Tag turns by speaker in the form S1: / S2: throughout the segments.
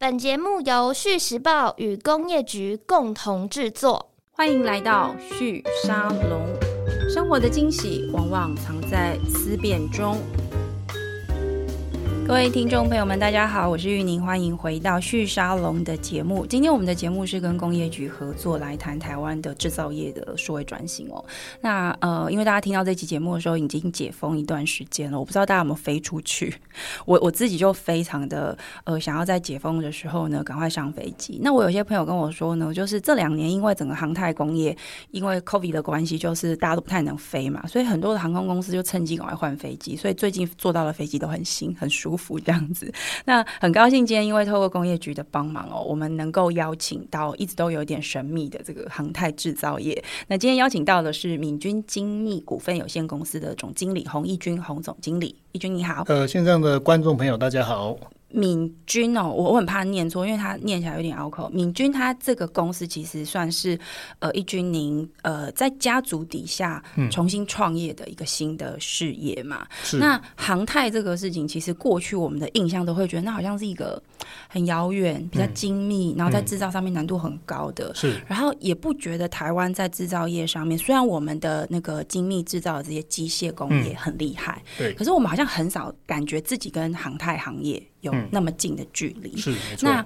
S1: 本节目由《续时报》与工业局共同制作。
S2: 欢迎来到旭沙龙，生活的惊喜往往藏在思辨中。各位听众朋友们，大家好，我是玉宁，欢迎回到旭沙龙的节目。今天我们的节目是跟工业局合作来谈台湾的制造业的数位转型哦。那呃，因为大家听到这期节目的时候已经解封一段时间了，我不知道大家有没有飞出去。我我自己就非常的呃，想要在解封的时候呢，赶快上飞机。那我有些朋友跟我说呢，就是这两年因为整个航太工业因为 COVID 的关系，就是大家都不太能飞嘛，所以很多的航空公司就趁机赶快换飞机，所以最近坐到的飞机都很新、很舒服这样子。那很高兴今天因为透过工业局的帮忙哦，我们能够邀请到一直都有点神秘的这个航太制造业。那今天邀请到的是敏君精密股份有限公司的总经理洪义军，洪总经理，义军你好。
S3: 呃，线上的观众朋友，大家好。
S2: 敏君哦，我我很怕念错，因为他念起来有点拗口。敏君他这个公司其实算是呃一军您呃在家族底下重新创业的一个新的事业嘛。
S3: 是
S2: 那航太这个事情，其实过去我们的印象都会觉得那好像是一个很遥远、比较精密，然后在制造上面难度很高的。
S3: 是
S2: 然后也不觉得台湾在制造业上面，虽然我们的那个精密制造的这些机械工业很厉害，
S3: 对
S2: 可是我们好像很少感觉自己跟航太行业有那么近的距离。
S3: 是没错。
S2: 那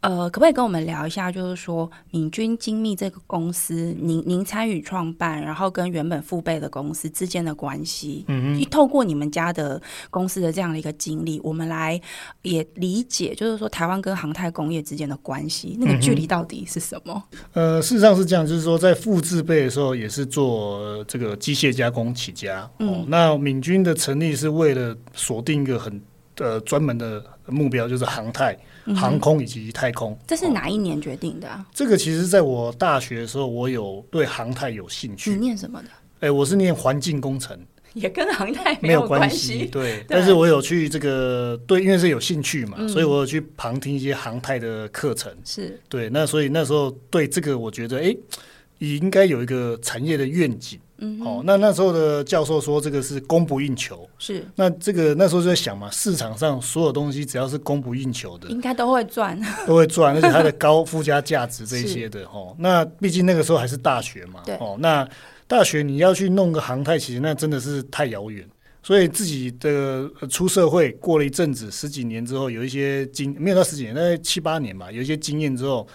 S2: 呃，可不可以跟我们聊一下，就是说敏君精密这个公司，您您参与创办，然后跟原本父辈的公司之间的关系，嗯嗯，透过你们家的公司的这样的一个经历，我们来也理解，就是说台湾跟航太工业之间的关系，那个距离到底是什么？
S3: 呃，事实上是这样，就是说在父字辈的时候也是做呃这个机械加工起家。
S2: 嗯
S3: 哦，那敏军的成立是为了锁定一个很呃专门的目标，就是航太、
S2: 嗯
S3: 航空以及太空。
S2: 这是哪一年决定的、啊？
S3: 这个其实在我大学的时候，我有对航太有兴
S2: 你
S3: 趣。
S2: 念什么的？
S3: 哎、我是念环境工程，
S2: 也跟航太
S3: 没
S2: 有
S3: 关
S2: 系。
S3: 对， 但是我有去这个对，因为是有兴趣
S2: 嗯
S3: 嘛，所以我有去旁听一些航太的课程。
S2: 是，
S3: 对，那所以那时候对这个，我觉得诶，应该有一个产业的愿景。
S2: 嗯哼，
S3: 哦，那那时候的教授说这个是供不应求，
S2: 是，
S3: 那这个那时候就在想嘛，市场上所有东西只要是供不应求的，
S2: 应该都会赚。
S3: 都会赚，而且它的高附加价值这一
S2: 是
S3: 些的哦。那毕竟那个时候还是大学嘛
S2: 对，
S3: 哦，那大学你要去弄个航太，其实那真的是太遥远。所以自己的呃出社会过了一阵子，十几年之后，有一些经没有到十几年，大概七八年吧，有一些经验之后，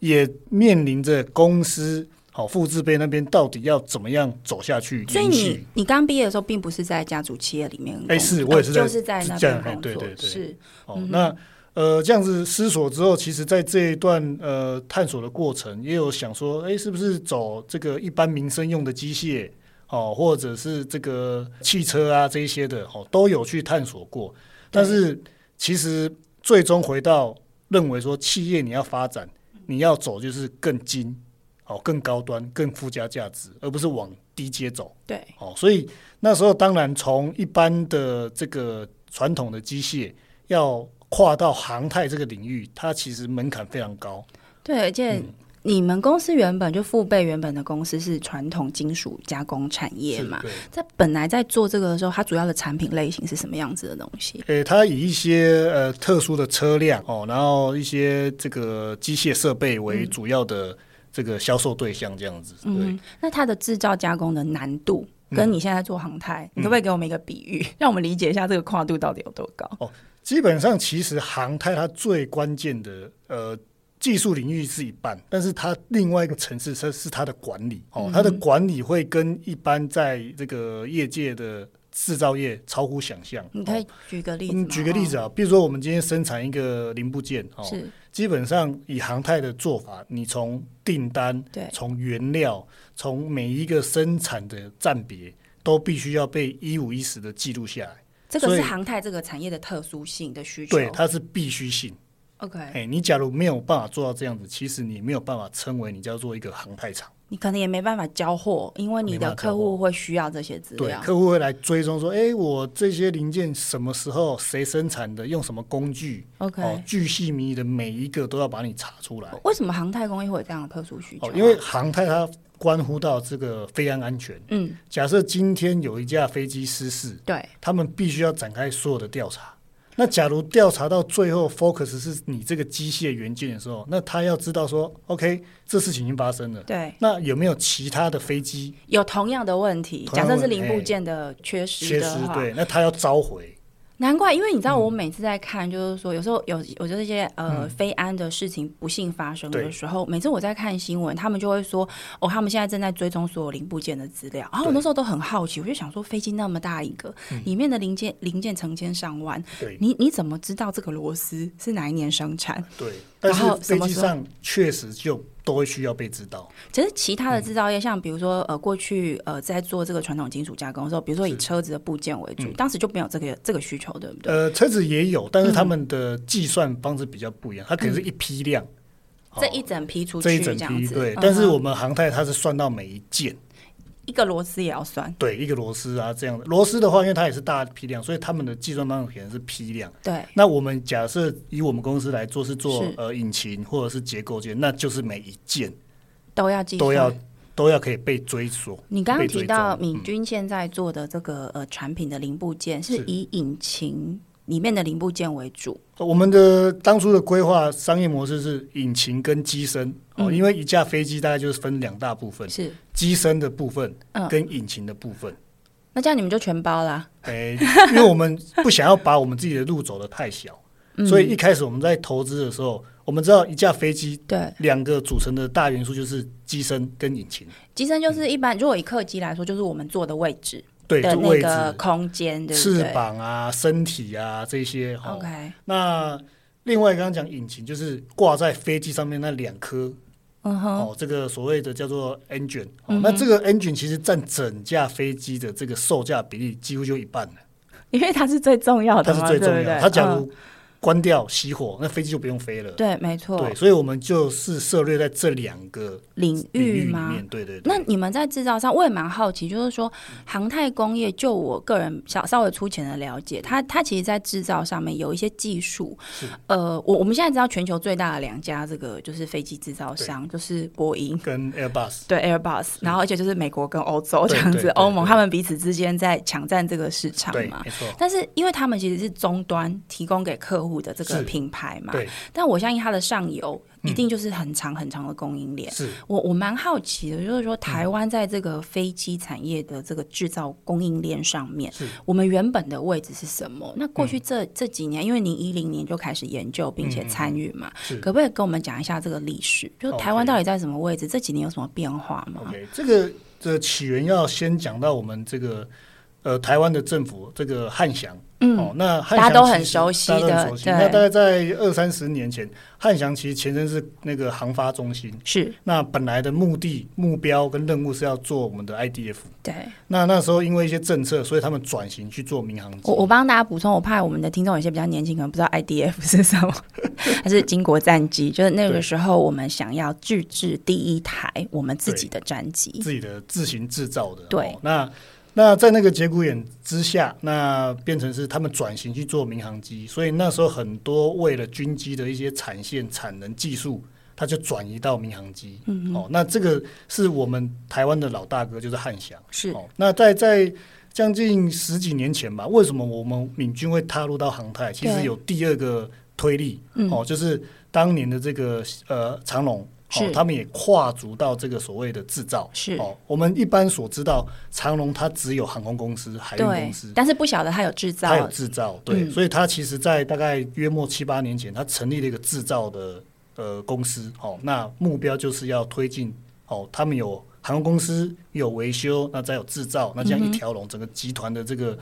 S3: 也面临着公司好复制杯那边到底要怎么样走下去，
S2: 所以
S3: 延续
S2: 你你刚毕业的时候，并不是在家族企业里面工作，
S3: 哎是我也是在
S2: 呃就是在那
S3: 这
S2: 边
S3: 样哎
S2: 工作，
S3: 对对对
S2: 是
S3: 哦，那呃，这样子思索之后，其实在这一段呃探索的过程，也有想说，哎，是不是走这个一般民生用的机械，哦，或者是这个汽车啊这一些的，哦，都有去探索过。但是其实最终回到认为说，企业你要发展，你要走就是更精，哦，更高端，更附加价值，而不是往低阶走。
S2: 对，
S3: 哦，所以那时候当然从一般的这个传统的机械，要跨到航太这个领域，它其实门槛非常高。
S2: 对，而且。
S3: 嗯
S2: 你们公司原本就父辈原本的公司是传统金属加工产业嘛？
S3: 对。
S2: 在本来在做这个的时候，它主要的产品类型是什么样子的东西？
S3: 诶，它以一些呃特殊的车辆哦，然后一些这个机械设备为主要的这个销售对象，这样子。对，嗯
S2: 嗯，那它的制造加工的难度跟你现在做航太，你可不可以给我们一个比喻， 让我们理解一下这个跨度到底有多高？
S3: 基本上其实航太它最关键的呃技术领域是一半，但是它另外一个层次是是它的管理
S2: 嗯
S3: 哦，它的管理会跟一般在这个业界的制造业超乎想象。
S2: 你可
S3: 哦
S2: 以举个例子吗、
S3: 嗯举个例子啊，比如说我们今天生产一个零部件
S2: 哦，
S3: 哦，
S2: 是
S3: 基本上以航太的做法，你从订单
S2: 对、
S3: 从原料、从每一个生产的占别，都必须要被一五一十的记录下来。
S2: 这个
S3: 所
S2: 是哦
S3: 以
S2: 航太这个产业的特殊性的需求。
S3: 对，它是必须性。
S2: OK，
S3: 哎、你假如没有办法做到这样子，其实你没有办法称为你叫做一个航太厂。
S2: 你可能也没办法交货，因为你
S3: 没办
S2: 的
S3: 法
S2: 客户会需要这些资
S3: 对，
S2: 料。
S3: 客户会来追踪说，哎、我这些零件什么时候谁生产的，用什么工具，
S2: OK，、哦
S3: 哦，巨细靡遗的每一个都要把你查出来。
S2: 为什么航太工业会有这样的特殊需求
S3: 哦
S2: 啊、，
S3: 因为航太它关乎到这个飞安安全。
S2: 嗯，
S3: 假设今天有一架飞机失事，
S2: 对，
S3: 他们必须要展开所有的调查。那假如调查到最后 focus 是你这个机械元件的时候，那他要知道说，OK，这事情已经发生了。
S2: 对，
S3: 那有没有其他的飞机
S2: 有同样的问题，
S3: 同
S2: 假
S3: 样的
S2: 设
S3: 问
S2: 是
S3: 题哎
S2: 零部件的缺失
S3: 缺
S2: 的
S3: 失？
S2: 话，
S3: 对，那他要召回。
S2: 难怪，因为你知道，我每次在看，就是说，有时候有有这些呃、非安的事情不幸发生的
S3: 嗯对
S2: 时候，每次我在看新闻，他们就会说，哦，他们现在正在追踪所有零部件的资料。然后我
S3: 对嗯
S2: 那时候都很好奇，我就想说，飞机那么大一个，里面的零件零件成千上万，
S3: 对
S2: 你你怎么知道这个螺丝是哪一年生产？
S3: 对，但是
S2: 然后什
S3: 飞
S2: 么
S3: 机
S2: 时候
S3: 上确实就都会需要被知道。
S2: 其实其他的制
S3: 嗯
S2: 造业，像比如说呃，过去呃在做这个传统金属加工的时候，比如说以
S3: 是嗯
S2: 车子的部件为主，当时就没有这个这个需求，对不嗯对？
S3: 呃，车子也有，但是他们的计算方式比较不一样，它可能是一批量，
S2: 嗯这一整批出
S3: 哦这
S2: 去
S3: 一整
S2: 样
S3: 批
S2: 子，
S3: 对。
S2: 嗯
S3: 但是
S2: 哼
S3: 我们航太它是算到每一件，
S2: 一个螺丝也要算。
S3: 对一个螺丝啊这样的。螺丝的话，因为它也是大批量，所以他们的计算方式可能是批量。
S2: 对，
S3: 那我们假设以我们公司来做是做
S2: 是
S3: 呃引擎或者是结构件，那就是每一件
S2: 都要计算。
S3: 都要都要可以被追溯。
S2: 你刚刚
S3: 被追
S2: 提到
S3: 踪嗯
S2: 敏君现在做的这个呃产品的零部件是
S3: 是
S2: 以引擎里面的零部件为主，
S3: 呃我们的当初的规划商业模式是引擎跟机身哦，
S2: 嗯
S3: 因为一架飞机大概就是分两大部分，
S2: 是
S3: 机身的部分
S2: 嗯
S3: 跟引擎的部分。
S2: 那这样你们就全包啦。
S3: 诶，因为我们不想要把我们自己的路走得 太小，
S2: 嗯
S3: 所以一开始我们在投资的时候，我们知道一架飞机
S2: 对，
S3: 两个组成的大元素就是机身跟引擎，
S2: 机身就是一般，如果以客机来说，就是我们坐的位置
S3: 对，
S2: 的
S3: 就
S2: 那
S3: 位
S2: 个
S3: 置、
S2: 空间，对不
S3: 翅
S2: 对
S3: 膀啊、身体啊这些。哦
S2: ？OK，
S3: 那另外刚刚讲引擎，就是挂在飞机上面那两颗
S2: 嗯哼，
S3: 哦，这个所谓的叫做 engine，、哦
S2: 嗯
S3: 那这个 engine 其实占整架飞机的这个售价比例几乎就一半了，
S2: 因为它是最重要
S3: 它
S2: 的
S3: 是
S2: 嘛，
S3: 最重
S2: 哦对
S3: 要
S2: 不
S3: 的。
S2: 对？
S3: 它假
S2: 嗯
S3: 如关掉熄火，那飞机就不用飞了。
S2: 对，没错
S3: 对，，所以我们就是涉猎在这两个
S2: 领
S3: 领域
S2: 域
S3: 里
S2: 吗？
S3: 面。对对对。
S2: 嗯那你们在制造上，我也蛮好奇，就是说航太工业，就我个人小稍微粗浅的了解，它它其实在制造上面有一些技术
S3: 是。
S2: 呃，我我们现在知道全球最大的两家这个就是飞机制造商，就是波音。
S3: 跟 Airbus
S2: 对 Airbus，然后而且就是美国跟欧洲这样
S3: 对
S2: 子，
S3: 对
S2: 欧盟
S3: 对
S2: 他们彼此之间在抢占这个市场
S3: 对，
S2: 嘛。
S3: 没错，
S2: 但是因为他们其实是终端提供给客户的这个
S3: 是
S2: 品牌嘛，
S3: 对嗯
S2: 但我相信它的上游一定就是很长很长的供应链。
S3: 是。
S2: 我我蛮好奇的，就是说台湾在这个飞机产业的这个制造供应链上面，
S3: 是
S2: 我们原本的位置是什么？那过
S3: 嗯
S2: 去这、这几年，因为您一零年就开始研究并且参与嘛，
S3: 是
S2: 可不可以跟我们讲一下这个历史？就是台湾
S3: OK
S2: 到底在什么位置？这几年有什么变化吗？
S3: OK，这个的起源要先讲到我们这个呃台湾的政府这个汉翔，嗯，哦，那汉
S2: 大
S3: 翔
S2: 家都很
S3: 其实
S2: 熟悉
S3: 大家都很
S2: 的
S3: 熟悉
S2: 对
S3: 那大概在二三十年前，汉翔其实前身是那个航发中心，
S2: 是
S3: 那本来的目的、目标跟任务是要做我们的 IDF，
S2: 对
S3: 那那时候因为一些政策，所以他们转型去做民航机
S2: 我，我帮大家补充，我怕我们的听众有些比较年轻，可能不知道 IDF 是什么，它是经国战机，就是那个
S3: 对
S2: 时候我们想要自制第一台我们自己的战机，
S3: 自己的自行制造的。
S2: 对
S3: 哦那那在那个节骨眼之下，那变成是他们转型去做民航机，所以那时候很多为了军机的一些产线、产能、技术，它就转移到民航机。嗯，哦，那这个是我们台湾的老大哥，就是汉翔。
S2: 是
S3: 哦，那在在将近十几年前吧，为什么我们闽军会踏入到航太？其实
S2: 对嗯
S3: 有第二个推力，哦，就是当年的这个呃长龙。哦
S2: 是，
S3: 他们也跨足到这个所谓的制造。
S2: 是
S3: 哦，我们一般所知道，长龙它只有航空公司、海运
S2: 对
S3: 公司，，
S2: 但是不晓得它有制
S3: 它有
S2: 造，
S3: 制造，对，
S2: 嗯
S3: 所以它其实，在大概约莫七八年前，它成立了一个制造的呃公司，哦，那目标就是要推进，哦，他们有航空公司，有维修，那再有制造，那这样一条龙，整个集团的这个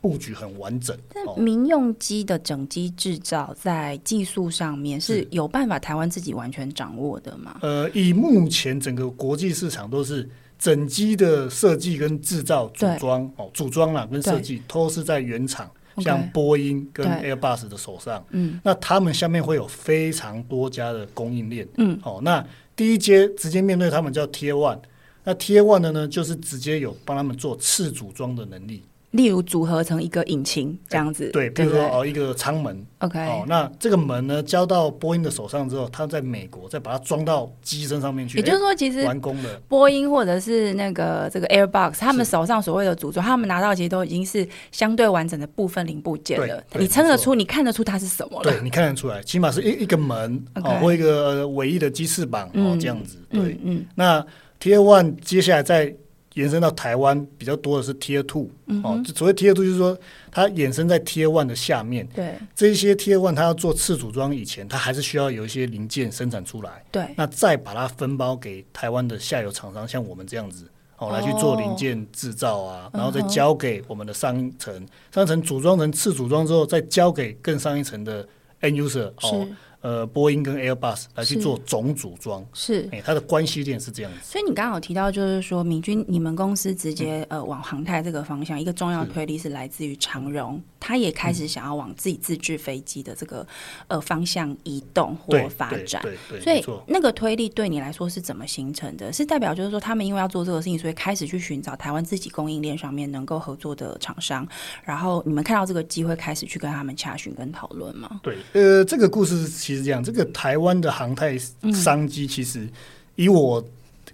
S3: 布局很完整，
S2: 但
S3: 哦，
S2: 民用机的整机制造在技术上面是
S3: 是
S2: 有办法台湾自己完全掌握的吗？
S3: 呃，以目前整个国际市场都是。整机的设计跟制造组
S2: 对
S3: 装哦，组装啦跟设
S2: 对
S3: 计都是在原厂，
S2: OK
S3: 像波音跟
S2: 对
S3: Airbus 的手上。
S2: 嗯，
S3: 那他们下面会有非常多家的供应链，
S2: 嗯，
S3: 哦，那第一阶直接面对他们叫 Tier One，那 Tier One 的呢，就是直接有帮他们做次组装的能力，
S2: 例如组合成一个引擎这样子，
S3: 哎对，比
S2: 对
S3: 如
S2: 不
S3: 说
S2: 对
S3: 哦一个舱门，
S2: ？OK，
S3: 哦，那这个门呢交到波音的手上之后，他在美国再把它装到机身上面去，
S2: 也就是
S3: 哎
S2: 说，其实
S3: 完工了。
S2: 波音或者是那个这个 Airbox，他们
S3: 是
S2: 手上所谓的组装，他们拿到其实都已经是相对完整的部分零部件了。
S3: 对对
S2: 你称得
S3: 没错
S2: 出，你看得出它是什么了
S3: 对，。你看得出来，起码是一一个门
S2: OK
S3: 哦，或一个呃唯一的鸡翅膀哦
S2: 嗯，
S3: 这样子。对
S2: 嗯，嗯
S3: 那 Tier One 接下来再延伸到台湾比较多的是 Tier Two
S2: 嗯
S3: 哦，就所谓 Tier Two 就是说它衍生在 Tier One 的下面，
S2: 对
S3: 这一些 Tier One 它要做次组装以前，它还是需要有一些零件生产出来，
S2: 对
S3: 那再把它分包给台湾的下游厂商，像我们这样子。哦，来去做零件制造啊，
S2: 嗯
S3: 然后再交给我们的上一层，上一层组装成次组装之后，再交给更上一层的 end user 哦，
S2: 是
S3: 呃，波音跟 Airbus 来去
S2: 是
S3: 做总组装，
S2: 是。
S3: 哎、它的关系链是这样子。
S2: 所以你刚刚有提到，就是说，明君，你们公司直接
S3: 嗯
S2: 呃往航太这个方向，一个重要推力是来自于长荣，他也开
S3: 嗯
S2: 始想要往自己自制飞机的这个呃方向移动
S3: 对
S2: 或发展。
S3: 对对对，
S2: 所
S3: 没
S2: 以嗯
S3: 错
S2: 那个推力对你来说是怎么形成的？是代表就是说他们因为要做这个事情，所以开始去寻找台湾自己供应链上面能够合作的厂商，然后你们看到这个机会，开始去跟他们洽询跟讨论吗？
S3: 对，呃，这个故事其实这样，这个台湾的航太商机，其实以我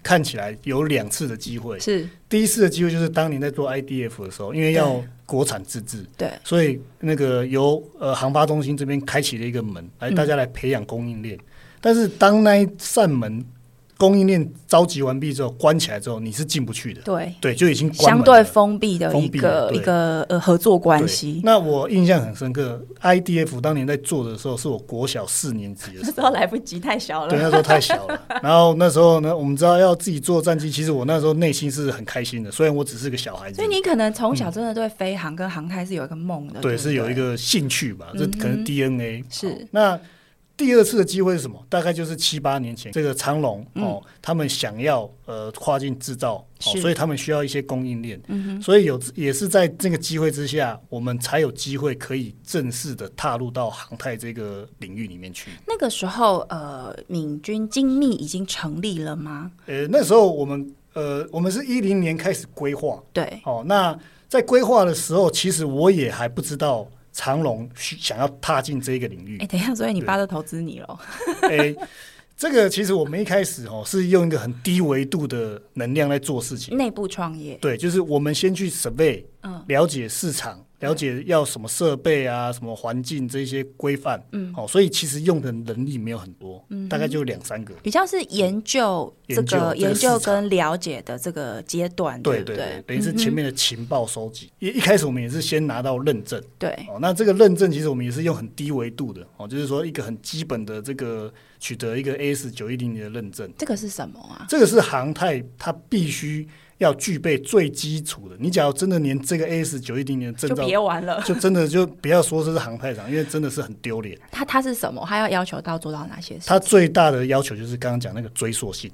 S3: 看起来有两次的机会。
S2: 是
S3: 第一次的机会就是当年在做 IDF 的时候，因为要
S2: 对
S3: 国产自制，
S2: 对，
S3: 所以那个由呃航发中心这边开启了一个门，
S2: 嗯
S3: 来大家来培养供应链。但是当那一扇门供应链召集完毕之后，关起来之后，你是进不去的，
S2: 对，
S3: 对，就已经关
S2: 相
S3: 门
S2: 对
S3: 了
S2: 封闭的一
S3: 封闭
S2: 个
S3: 的对
S2: 一个呃合作关
S3: 对
S2: 系。
S3: 那我印象很深刻，IDF 当年在做的时候，是我国小四年级的时
S2: 那 时
S3: 候，
S2: 候来不及，太小
S3: 对，
S2: 了。
S3: 那时候太小 了。然后那时候呢，我们知道要自己做战机，其实我那时候内心是很开心的，虽然我只是个小孩子
S2: 所以，你可能从小真的对飞航跟航太是有一个梦的，
S3: 对，
S2: 不
S3: 是有一个兴趣吧，这
S2: 嗯哼
S3: 可能 DNA
S2: 是
S3: 好那。第二次的机会是什么？大概就是七八年前，这个长隆哦，他们想要呃跨境制造，哦
S2: 嗯是，嗯
S3: 所以他们需要一些供应链，所以有也是在这个机会之下，我们才有机会可以正式的踏入到航太这个领域里面去。
S2: 那个时候，呃，敏君精密已经成立了吗？
S3: 呃，那时候我们呃，我们是一零年开始规划，
S2: 对，
S3: 哦，那在规划的时候，其实我也还不知道长隆需想要踏进这个领域
S2: 哎、。等一下，所以你
S3: 嗯对
S2: 爸都投资你了，
S3: 诶、哎这个其实我们一开始哦是用一个很低维度的能量来做事情。
S2: 内部创业，
S3: 对，就是我们先去 survey，
S2: 嗯
S3: 了解市场，了解要什么设备啊、什么环境这些规范，嗯，哦，所以其实用的能力没有很多，大概就两三个。
S2: 比较是研究这
S3: 研究
S2: 个
S3: 这个
S2: 研
S3: 市
S2: 究
S3: 场
S2: 跟了解的这个阶段，
S3: 对
S2: 不
S3: 对
S2: 对？
S3: 对，嗯等于是前面的情报收集。一、一开始我们也是先拿到认证，
S2: 对，
S3: 哦，那这个认证其实我们也是用很低维度的哦，就是说一个很基本的这个取得一个 AS 九一零零的认证，
S2: 这个是什么啊？
S3: 这个是航太它必须要具备最基础的。你假如真的连这个 AS 九一零零的证
S2: 就
S3: 照，
S2: 别玩了。
S3: 就真的就不要说这是航太厂，因为真的是很丢脸。
S2: 它它是什么？它要要求到做到哪些事
S3: 它最大的要求就是刚刚讲那个追溯性，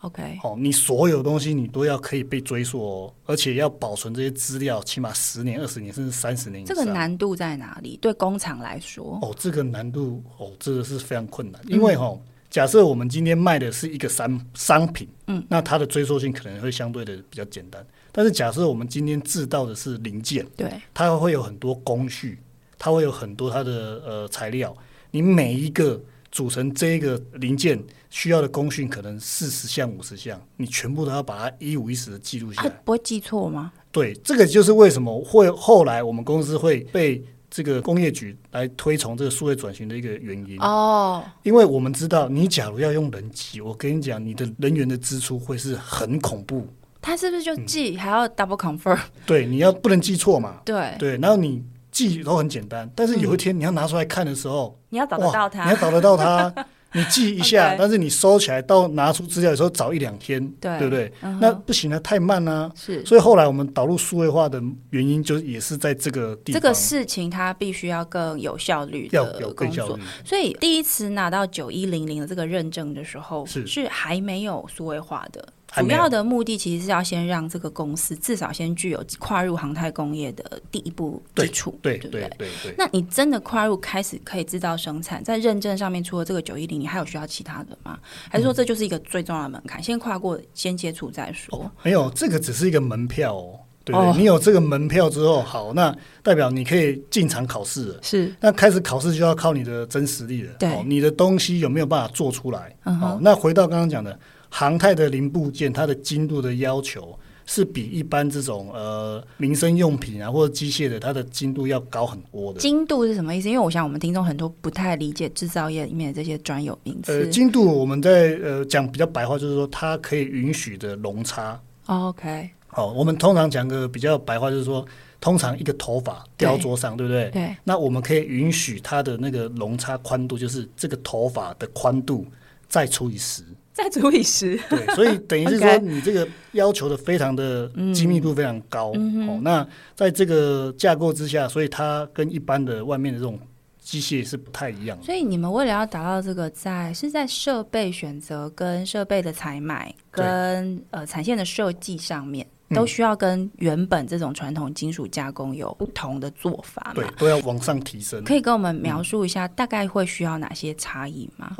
S2: ？OK，
S3: 哦，你所有东西你都要可以被追溯哦，而且要保存这些资料，起码十年、二十年甚至三十年以
S2: 这
S3: 上。
S2: 个难度在哪里？对工厂来说，
S3: 哦，这个难度哦，真的是非常困难，因为哈、哦，假设我们今天卖的是一个商商品，嗯，那它的追溯性可能会相对的比较简单。但是假设我们今天制造的是零件，
S2: 对，
S3: 它会有很多工序，它会有很多它的呃材料，你每一个组成这个零件需要的工序可能四十项、五十项，你全部都要把它一五一十的记录下
S2: 啊
S3: 来。，
S2: 不会记错吗？
S3: 对，这个就是为什么会后来我们公司会被这个工业局来推崇这个数位转型的一个原因，
S2: 哦，
S3: 因为我们知道，你假如要用人机，我跟你讲，你的人员的支出会是很恐怖，
S2: 他是不是就记、还
S3: 嗯
S2: 要 double confirm？
S3: 对，你要不能记错嘛，
S2: 对，
S3: 对，然后你记都很简单，但是有一天你要拿出来看的时候，
S2: 你要找得
S3: 哇
S2: 到
S3: 你要
S2: 他。
S3: 找得到它。 你记一下
S2: OK
S3: 但是你收起来到拿出资料的时候早一两天，
S2: 对
S3: 不对？
S2: 嗯哼
S3: 那不行了，啊太慢啦、
S2: 是
S3: 所以后来我们导入数位化的原因，就是也是在这个地
S2: 这
S3: 方，
S2: 个事情，它必须要更有效率
S3: 要嗯
S2: 的
S3: 有
S2: 工
S3: 更效
S2: 作
S3: 率。。
S2: 所以第一次拿到九一零零的这个认证的时候，
S3: 是
S2: 还没有数位化的。
S3: 还
S2: 主
S3: 没有
S2: 要的目的其实是要先让这个公司至少先具有跨入航太工业的第一步基础，
S3: 对
S2: 不
S3: 对对对。
S2: 那你真的跨入开始可以制造生产，在认证上面除了这个九一零，你还有需要其他的吗？还是
S3: 嗯
S2: 说这就是一个最重要的门槛，先跨过，先接触再说？
S3: 没有，这个只是一个门票哦。对不对？
S2: 哦
S3: 你有这个门票之后，好，那代表你可以进场考试了。
S2: 是，
S3: 那开始考试就要靠你的真实力了，
S2: 对
S3: 哦你的东西有没有办法做出来？
S2: 嗯哼
S3: 好，那回到刚刚讲的航太的零部件，它的精度的要求是比一般这种呃民生用品啊或者机械的，它的精度要高很多的。
S2: 精度是什么意思？因为我想我们听众很多不太理解制造业里面的这些专有名
S3: 呃，
S2: 词。
S3: 精度我们在呃讲比较白话，就是说它可以允许的容差。
S2: 哦 OK，
S3: 好，我们通常讲个比较白话，就是说，通常一个头发掉
S2: 对
S3: 桌上，对不对？
S2: 对，
S3: 那我们可以允许它的那个容差宽度，就是这个头发的宽度再除以十。
S2: 再除以十。
S3: 对，所以等于是说
S2: OK
S3: 你这个要求的非常的嗯精密度非常高。哦，那在这个架构之下，所以它跟一般的外面的这种机械是不太一样的。
S2: 所以你们为了要达到这个在，是在设备选择、跟设备的采买、
S3: 对
S2: 跟呃产线的设计上面，
S3: 嗯
S2: 都需要跟原本这种传统金属加工有不同的做法
S3: 对
S2: 嘛？，
S3: 都要往上提升。
S2: 可以跟我们描述一下大概会需要哪些差异吗？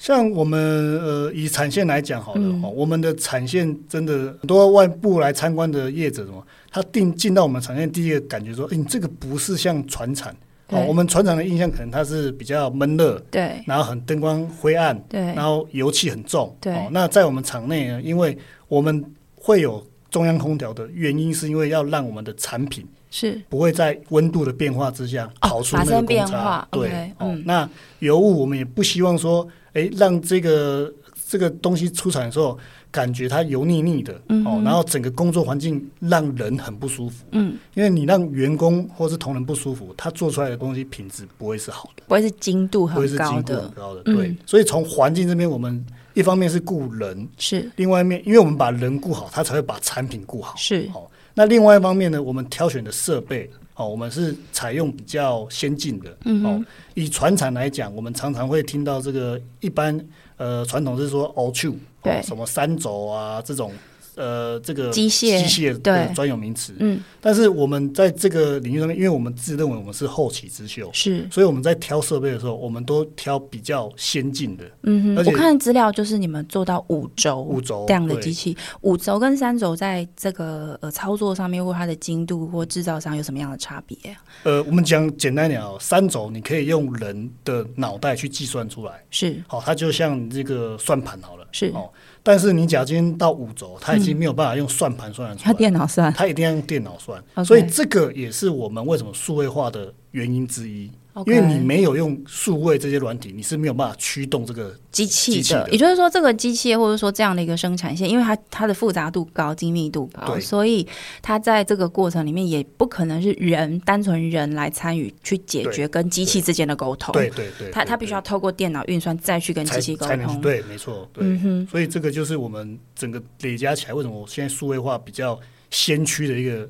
S3: 像我们呃，以产线来讲好了、
S2: 嗯
S3: 哦，我们的产线真的很多外部来参观的业者，什么，他定进到我们产线，第一个感觉说，哎、你这个不是像船产，哦
S2: 对，
S3: 我们船产的印象可能它是比较闷热，
S2: 对
S3: 然后很灯光灰暗，
S2: 对
S3: 然后油气很重，
S2: 对
S3: 哦，那在我们厂内呢，因为我们会有中央空调的原因，是因为要让我们的产品
S2: 是
S3: 不会在温度的变化之下跑出那
S2: 哦发
S3: 个
S2: 生
S3: 公
S2: 变
S3: 差
S2: 化。
S3: 对
S2: OK，，
S3: 哦
S2: 嗯，
S3: 那油雾我们也不希望说，哎，让这个这个东西出产的时候感觉它油腻腻的，哦，然后整个工作环境让人很不舒服，
S2: 嗯，
S3: 因为你让员工或是同仁不舒服，他做出来的东西品质不会是好的，
S2: 不会是精度
S3: 不会
S2: 很
S3: 是
S2: 高
S3: 精度很
S2: 的，
S3: 高的，
S2: 嗯
S3: 对。所以从环境这边，我们一方面是顾人，
S2: 是
S3: 另外一面，因为我们把人顾好，他才会把产品顾好。
S2: 是
S3: 好、那另外一方面呢，我们挑选的设备，好、我们是采用比较先进的。
S2: 嗯
S3: 哦，以船厂来讲，我们常常会听到这个一般呃传统是说 all two，、
S2: 对
S3: 哦、什么三轴啊这种呃这个
S2: 机械
S3: 机械的
S2: 对
S3: 专有名词。
S2: 嗯
S3: 但是我们在这个领域上面，因为我们自认为我们是后起之秀。
S2: 是
S3: 所以我们在挑设备的时候，我们都挑比较先进的
S2: 嗯哼，
S3: 而且
S2: 我看资料就是你们做到五轴
S3: 五轴
S2: 这样的
S3: 哦对
S2: 机器，五轴跟三轴在这个呃操作上面或它的精度或制造上有什么样的差别啊？
S3: 呃，我们讲简单一点哦，三轴你可以用人的脑袋去计算出来，
S2: 是
S3: 好、它就像你这个算盘好了，
S2: 是
S3: 哦。但是你假如今天到五轴，它已经没有办法用算盘算得出
S2: 要
S3: 来，
S2: 电脑算
S3: 它一定要用电脑算
S2: OK
S3: 所以这个也是我们为什么数位化的原因之一。
S2: ，OK，
S3: 因为你没有用数位这些软体，你是没有办法驱动这个
S2: 机器
S3: 机器
S2: 的，
S3: 的
S2: 也就是说，这个机械或者说这样的一个生产线，因为它它的复杂度高、精密度高，
S3: 对
S2: 所以它在这个过程里面也不可能是人单纯人来参与去解决跟机器之间的沟通。
S3: 对对对，
S2: 它
S3: 对
S2: 它必须要
S3: 对
S2: 透过电脑运算再去跟
S3: 才
S2: 机器沟
S3: 才能
S2: 通。
S3: 对，没错，对。
S2: 嗯哼，
S3: 所以这个就是我们整个累加起来，为什么我现在数位化比较先驱的一个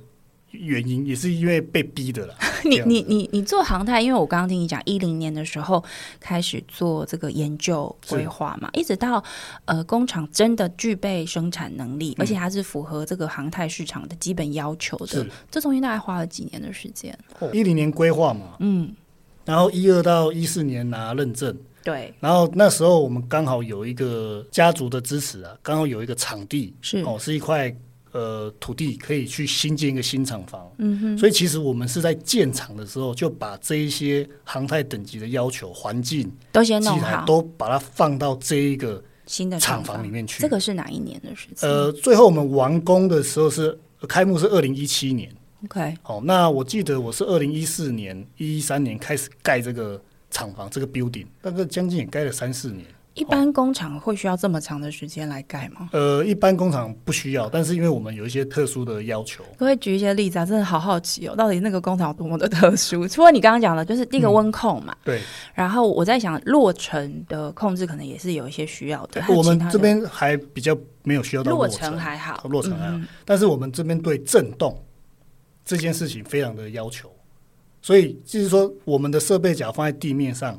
S3: 原因，也是因为被逼的啦。
S2: 你
S3: 这样子
S2: 你你你做航太，因为我刚刚听你讲，一零年的时候开始做这个研究规划嘛，一直到呃工厂真的具备生产能力，而且它是符合这个航太市场的基本要求的
S3: 嗯是。
S2: 这中间大概花了几年的时间？
S3: 哦一零年规划嘛，
S2: 嗯，
S3: 然后一二到一四年拿认证，
S2: 对，
S3: 然后那时候我们刚好有一个家族的支持啊，刚好有一个场地，
S2: 是
S3: 哦，是一块呃土地可以去新建一个新厂房。
S2: 嗯哼，
S3: 所以其实我们是在建厂的时候就把这一些航太等级的要求、环境、
S2: 都先
S3: 机
S2: 弄
S3: 台
S2: 好
S3: 都把它放到这一个
S2: 新的
S3: 厂
S2: 房
S3: 房里。面去。
S2: 这个是哪一年的事情？
S3: 呃，最后我们完工的时候是开幕是二零一七年，
S2: ，OK，
S3: 好、那我记得我是二零一四年、一三年开始盖这个厂房，这个 building，那个将近也盖了三四年。
S2: 一般工厂会需要这么长的时间来盖吗？
S3: 呃，一般工厂不需要，但是因为我们有一些特殊的要求，
S2: 可不可以举一些例子啊？真的好好奇哦，到底那个工厂有多么的特殊？除了你刚刚讲的，就是第一
S3: 嗯
S2: 个温控嘛，
S3: 对，
S2: 然后我在想落成的控制可能也是有一些需要的。还有
S3: 我们
S2: 其他的
S3: 这边还比较没有需要到
S2: 落
S3: 成哦
S2: 成，还好，
S3: 落成还好
S2: 嗯嗯
S3: 但是我们这边对震动这件事情非常的要求，所以就是说我们的设备甲放在地面上，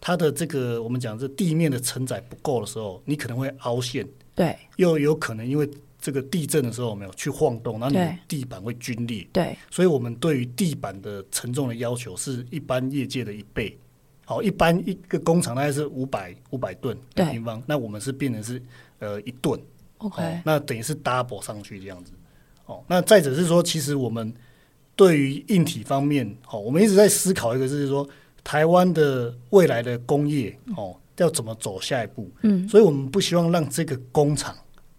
S3: 它的这个我们讲这地面的承载不够的时候，你可能会凹陷，
S2: 对
S3: 又有可能因为这个地震的时候有没有去晃动，然后你的
S2: 对
S3: 地板会皲裂，
S2: 对，
S3: 所以我们对于地板的承重的要求是一般业界的一倍。好，一般一个工厂大概是五百五百吨
S2: 对
S3: 平方，那我们是变成是呃一吨，
S2: OK，
S3: 那等于是 double 上去这样子。哦，那再者是说，其实我们对于硬体方面，哦，我们一直在思考一个，就是说台湾的未来的工业，哦，要怎么走下一步？
S2: 嗯
S3: 所以我们不希望让这个工厂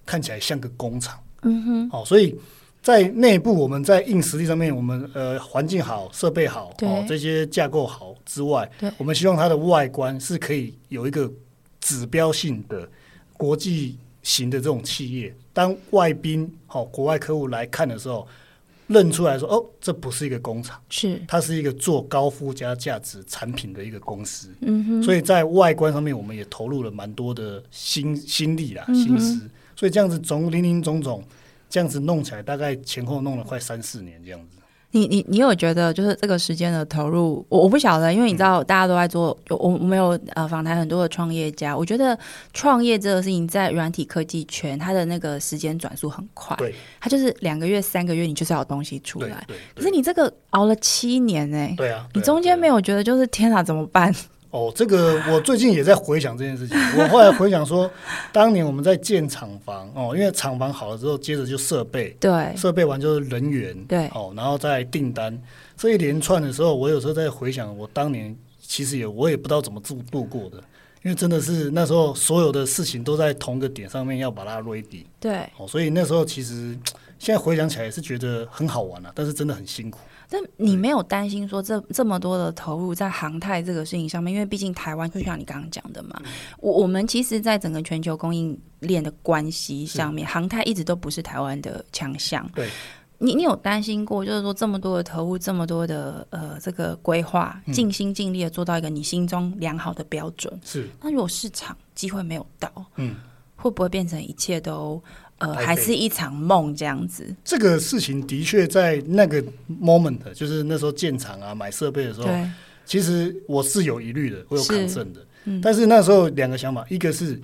S3: 看起来像个工厂。
S2: 嗯哼，
S3: 哦，所以在内部我们在硬实力上面，我们呃环境好、设备好，哦
S2: 对
S3: 这些架构好之外
S2: 对，
S3: 我们希望它的外观是可以有一个指标性的国际型的这种企业，当外宾哦国外客户来看的时候，认出来说哦，这不是一个工厂，
S2: 是，
S3: 它是一个做高附加价值产品的一个公司。
S2: 嗯哼，
S3: 所以在外观上面，我们也投入了蛮多的心心力
S2: 嗯
S3: 啦、心思，所以这样子总零零总总这样子弄起来，大概前后弄了快三四年这样子。
S2: 你你你有觉得就是这个时间的投入，我我不晓得，因为你知
S3: 嗯
S2: 道大家都在做，我我们有呃访谈很多的创业家，我觉得创业这个事情在软体科技圈，它的那个时间转速很快，
S3: 对
S2: 它就是两个月、三个月，你就是要有东西出
S3: 对
S2: 来。
S3: 对啊
S2: 可是你这个熬了七年哎、
S3: 对啊！
S2: 你中间没
S3: 有
S2: 有觉得就是天哪怎么办？
S3: 哦？这个我最近也在回想这件 事情。我后来回想说，当年我们在建厂房哦，因为厂房好了之后，接着就设备，
S2: 对，
S3: 设备完就是人员，
S2: 对
S3: 哦，然后再订单这一连串的时候，我有时候在回想，我当年其实也我也不知道怎么度度过的，因为真的是那时候所有的事情都在同个点上面要把它 ready，
S2: 对，
S3: 哦，所以那时候其实现在回想起来是觉得很好玩啊，但是真的很辛苦。
S2: 但你没有担心说这这么多的投入在航太这个事情上面，因为毕竟台湾就像你刚刚讲的嘛，我我们其实，在整个全球供应链的关系上面，航太一直都不是台湾的强项。
S3: 对，
S2: 你你有担心过，就是说这么多的投入，这么多的呃这个规划，
S3: 嗯
S2: 尽心尽力的做到一个你心中良好的标准。
S3: 是，
S2: 那如果市场机会没有到，
S3: 嗯，
S2: 会不会变成一切都呃
S3: 白费
S2: 还是一场梦这样子？
S3: 这个事情的确在那个 moment，就是那时候建厂啊、买设备的时候，
S2: 对，
S3: 其实我是有疑虑的，我有
S2: 是
S3: 抗争的。
S2: 嗯
S3: 但是那时候两个想法，一个是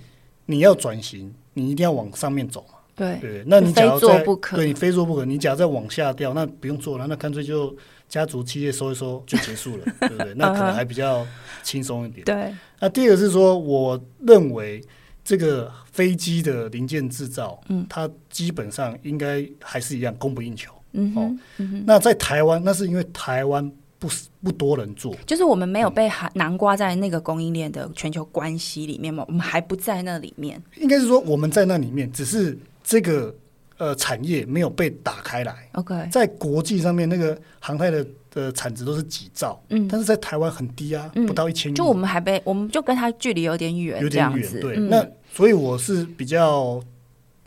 S3: 你要转型，你一定要往上面走嘛，
S2: 对，
S3: 对不对？那你假如
S2: 非做
S3: 再
S2: 不可
S3: 对你非做不可，你假如再往下掉，那不用做了，那干脆就家族企业收一收就 结束了，对不对？那可能还比较轻松一点。
S2: 对，
S3: 那第二个是说，我认为这个飞机的零件制造，
S2: 嗯
S3: 它基本上应该还是一样供不应求。
S2: 嗯哼，
S3: 哦
S2: 嗯哼。
S3: 那在台湾，那是因为台湾不是不多人做，
S2: 就是我们没有被含南瓜在那个供应链的全球关系里面嘛，我们还不在那里面。
S3: 应该是说我们在那里面，只是这个呃产业没有被打开来，
S2: OK，
S3: 在国际上面那个航太的的产值都是几兆，
S2: 嗯，
S3: 但是在台湾很低啊，
S2: 嗯
S3: 不到一千亿，
S2: 就我们还被，我们就跟他距离有点远，
S3: 有
S2: 这
S3: 点
S2: 样子。
S3: 远。对，
S2: 嗯
S3: 那所以我是比较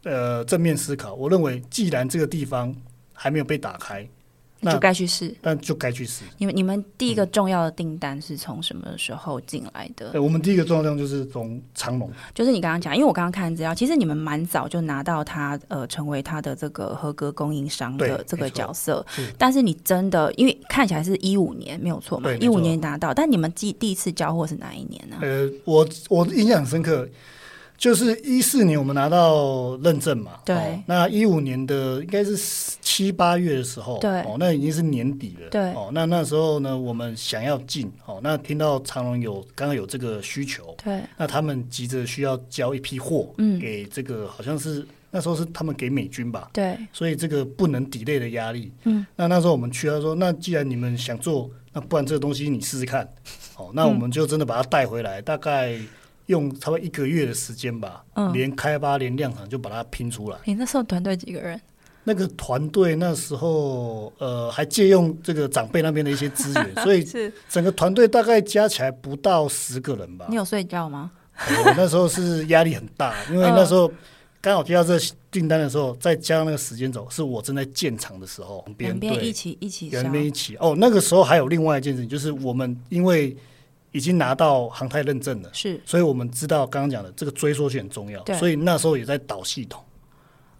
S3: 呃正面思考，我认为既然这个地方还没有被打开，那
S2: 就该去试。
S3: 那就该去试。
S2: 你们你们第一个重要的订单是从什么时候进来的？
S3: 呃对，我们第一个重要项就是从长隆，
S2: 就是你刚刚讲，因为我刚刚看资料，其实你们蛮早就拿到它，呃，成为它的这个合格供应商的
S3: 对
S2: 这个
S3: 没错
S2: 角色
S3: 是。
S2: 但是你真的，因为看起来是一五年没有错嘛，
S3: 对没
S2: 一
S3: 错
S2: 五年拿到，但你们第第一次交货是哪一年呢、啊
S3: 呃，我我印象很深刻，就是一四年我们拿到认证嘛，
S2: 对
S3: 哦那一五年的应该是七八月的时候，
S2: 对
S3: 哦，那已经是年底了，
S2: 对
S3: 哦，那那时候呢，我们想要进，哦，那听到长隆有刚刚有这个需求，
S2: 对，
S3: 那他们急着需要交一批货，
S2: 嗯
S3: 给这个好像是那时候是他们给美军吧，
S2: 对，
S3: 所以这个不能抵赖的压力。
S2: 嗯，
S3: 那那时候我们去，啊他说，那既然你们想做，那不然这个东西你试试看。哦，
S2: 嗯
S3: 那我们就真的把它带回来，大概用差不多一个月的时间吧，
S2: 嗯
S3: 连开发连量产就把它拼出来。
S2: 你那时候团队几个人？
S3: 那个团队那时候呃还借用这个长辈那边的一些资 源，啊所以
S2: 是
S3: 整个团队大概加起来不到十个人吧。哎
S2: 你有睡觉吗？
S3: 我那时候是压力很 大，因为那
S2: 嗯
S3: 时候刚好接到这订单的时候，再加上那个时间轴，是我正在建厂的时候，两
S2: 两
S3: 边
S2: 边一
S3: 对，
S2: 起一起
S3: 两
S2: 烧，
S3: 边一起。哦，那个时候还有另外一件事情，就是我们因为已经拿到航太认证了，
S2: 是，
S3: 所以我们知道刚刚讲的这个追溯性很重要
S2: 对，
S3: 所以那时候也在导系统，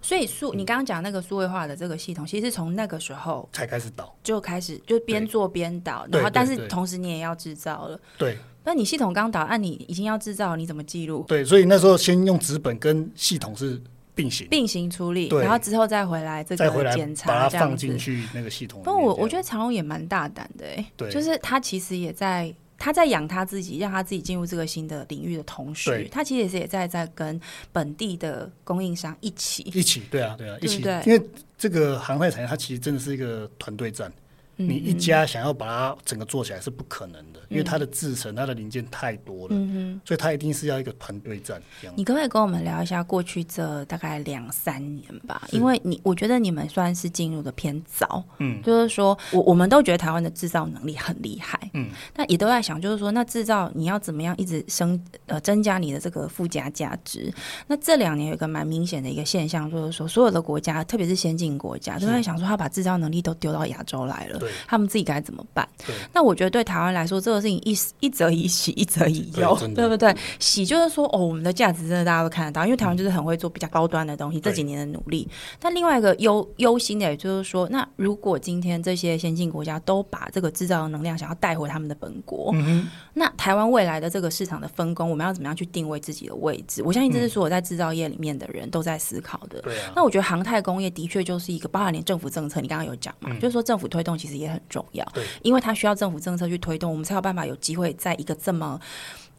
S2: 所以数
S3: 嗯
S2: 你刚刚讲那个数位化的这个系统，其实从那个时候
S3: 才开始导。
S2: 就开始，就边
S3: 对
S2: 做边导，
S3: 对
S2: 然后
S3: 对
S2: 但是
S3: 对
S2: 同时你也要制造了。
S3: 对
S2: 那你系统刚导，按、啊你已经要制造，你怎么记录？
S3: 对，所以那时候先用纸本跟系统是并行，
S2: 并行处理，
S3: 对
S2: 然后之后再回来这
S3: 再回
S2: 个
S3: 来
S2: 检
S3: 把
S2: 查，
S3: 它
S2: 这样
S3: 放
S2: 子
S3: 进。去那个系统里
S2: 不
S3: 面。
S2: 过我我觉
S3: 得
S2: 得长荣也蛮大胆的、欸，
S3: 对
S2: 就是他其实也在他在养他自己，让他自己进入这个新的领域的同时
S3: 对，
S2: 他其实也是也在在跟本地的供应商一起，
S3: 一起，对啊，对啊，一
S2: 对不
S3: 起
S2: 对，
S3: 因为这个航太产业它其实真的是一个团队战，
S2: 嗯
S3: 你一家想要把它整个做起来是不可能的，因为它的制成、它的零件太多了，
S2: 嗯
S3: 所以它一定是要一个团队战这样。
S2: 你可不可以跟我们聊一下过去这大概两三年吧？
S3: 是
S2: 因为你我觉得你们算是进入的偏早，
S3: 嗯，
S2: 就是说我我们都觉得台湾的制造能力很厉害，
S3: 嗯，
S2: 那也都在想，就是说那制造你要怎么样一直升呃增加你的这个附加价值？那这两年有一个蛮明显的一个现象，就是说所有的国家，特别是先进国家，都在想说他把制造能力都丢到亚洲来了
S3: 对，
S2: 他们自己该怎么办
S3: 对？
S2: 那我觉得对台湾来说，这个事情一一则以喜，一则以忧，
S3: 对真的
S2: 对不对？喜就是说，哦，我们的价值真的大家都看得到，因为台湾就是很会做比较高端的东西，这
S3: 对
S2: 几年的努力。但另外一个忧忧心的，也就是说，那如果今天这些先进国家都把这个制造的能量想要带回他们的本国，
S3: 嗯
S2: 那台湾未来的这个市场的分工，我们要怎么样去定位自己的位置？我相信这
S3: 嗯
S2: 是所有在制造业里面的人都在思考的。
S3: 对啊，
S2: 那我觉得航太工业的确就是一个，包含连政府政策，你刚刚有讲嘛，就是说政府推动其实也很重要
S3: 对，
S2: 因为它需要政府政策去推动，我们才有办法有机会在一个这么。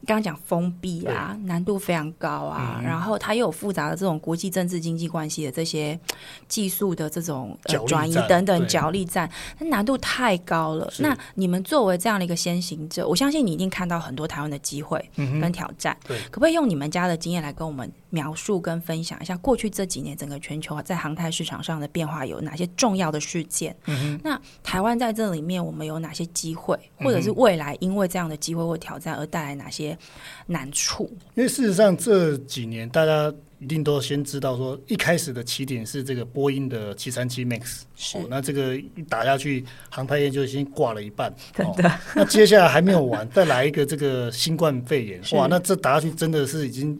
S2: 刚刚讲封闭啊，难度非常高啊，
S3: 嗯
S2: 然后它又有复杂的这种国际政治经济关系的这些呃技术的这种、呃
S3: 角力
S2: 转移
S3: 战
S2: 等等
S3: 对
S2: 角力战，那难度太高了。
S3: 是
S2: 那你们作为这样的一个先行者，我相信你一定看到很多台湾的机会跟挑战。
S3: 嗯对
S2: 可不可以用你们家的经验来跟我们描述跟分享一下过去这几年整个全球在航太市场上的变化有哪些重要的事件？那台湾在这里面我们有哪些机会，
S3: 嗯
S2: 或者是未来因为这样的机会或挑战而带来哪些难处？
S3: 因为事实上这几年大家一定都先知道说，一开始的起点是这个波音的七三七 MAX，
S2: 是
S3: 哦，那这个一打下去，航太业就已经挂了一半，真的、那接下来还没有完，再来一个这个新冠肺炎，
S2: 是
S3: 哇，那这打下去真的是已经。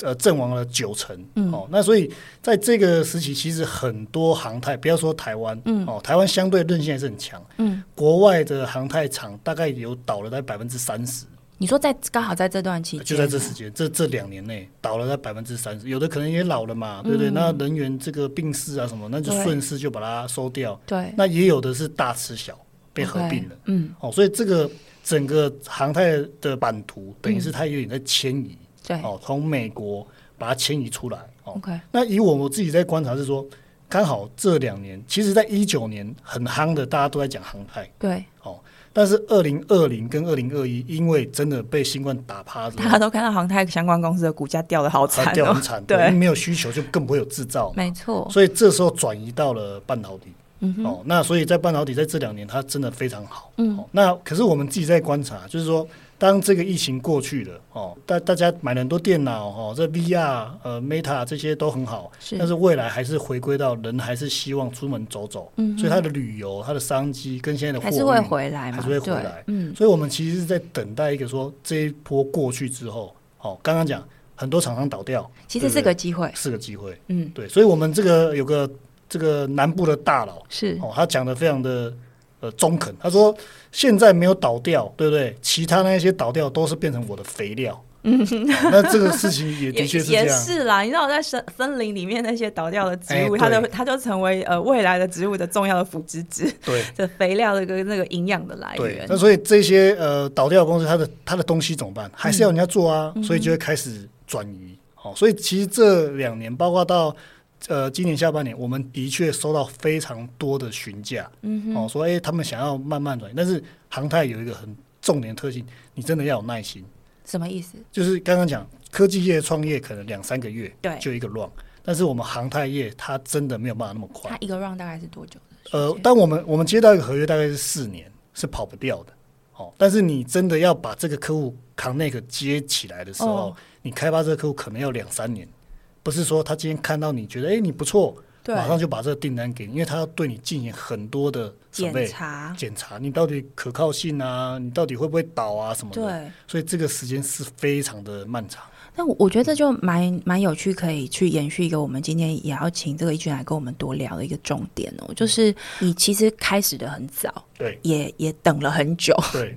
S3: 呃，阵亡了九成、哦，那所以在这个时期，其实很多航太，不要说台湾，嗯、哦，台湾相对韧性还是很强，嗯，国外的航太厂大概有倒了在百分之三十，
S2: 你说在刚好在这段期间，
S3: 就在这时间，这这两年内倒了在百分之三十，有的可能也老了嘛，对不对？那人员这个病逝啊什么，那就
S2: 对
S3: 顺势就把它收掉。
S2: 对
S3: 那也有的是大吃小被合并了
S2: OK，嗯，
S3: 哦，所以这个整个航太的版图等于是它有点在迁移、
S2: 嗯对、嗯
S3: 哦，从美国把它迁移出来哦
S2: o。k
S3: 那以我我自己在观察是说，刚好这两年，其实在一九年很夯的，大家都在讲航太。
S2: 对，
S3: 哦，但是二零二零跟二零二一，因为真的被新冠打趴之后
S2: 大，家都看到航太相关公司的股价掉的好惨、
S3: 它
S2: 哦，
S3: 掉 很惨，
S2: 对，
S3: 没有需求就更不会有制造嘛，
S2: 没错，
S3: 所以这时候转移到了半导体。
S2: 嗯
S3: 哦，那所以在半导体在这两年它真的非常好。嗯、哦，那可是我们自己在观察，就是说，当这个疫情过去了，哦，大大家买了很多电脑，哦，这 VR、呃 Meta 这些都很好，
S2: 是
S3: 但是未来还是回归到人还是希望出门走走，嗯、所以它的旅游、它的商机跟现在的货
S2: 还是会
S3: 运
S2: 回来嘛，
S3: 嗯还是会回
S2: 对
S3: 来。
S2: 嗯，
S3: 所以我们其实是在等待一个说这一波过去之后，哦，刚刚讲很多厂商倒掉，
S2: 其实
S3: 对不对
S2: 是个机会，
S3: 是个机会，
S2: 嗯，
S3: 对，所以我们这个有个这个南部的大佬
S2: 是
S3: 哦，他讲的非常的呃中肯，他说现在没有倒掉，对不对？其他那些倒掉都是变成我的肥料，嗯、那这个事情也的确是这
S2: 也
S3: 样。
S2: 是啦，你知道在森森林里面那些倒掉的植物，
S3: 哎
S2: 它的
S3: 对
S2: 它就成为呃未来的植物的重要的腐殖质
S3: 对
S2: 的肥料的跟那个营养的来
S3: 对
S2: 源，。
S3: 那所以这些呃倒掉的公司，它的它的东西怎么
S2: 嗯
S3: 办？还是要人家做啊，所以就会开始转移。哦，所以其实这两年，包括到呃今年下半年，我们的确收到非常多的询价，嗯哦，说哎、他们想要慢慢转移，但是航太有一个很重点的特性，你真的要有耐心。
S2: 什么意思？
S3: 就是刚刚讲科技业创业可能两三个月
S2: 对
S3: 就一个 run，但是我们航太业它真的没有办法那么快
S2: 它。一个 round 大概是多久的时间？
S3: 呃，但我们我们接到一个合约大概是四年，是跑不掉的。哦，但是你真的要把这个客户 connect 接起来的时候，
S2: 哦
S3: 你开发这个客户可能要两三年，不是说他今天看到你觉得哎你不错，
S2: 对
S3: 马上就把这个订单给你，因为他要对你进行很多的准
S2: 检
S3: 备
S2: 查，
S3: 检查，你到底可靠性啊，你到底会不会倒啊什么的，
S2: 对。
S3: 所以这个时间是非常的漫长。
S2: 那我我觉得就蛮蛮有趣，可以去延续一个我们今天也要请这个一军来跟我们多聊的一个重点哦，就是你其实开始的很早，
S3: 对
S2: 也也等了很久，
S3: 对，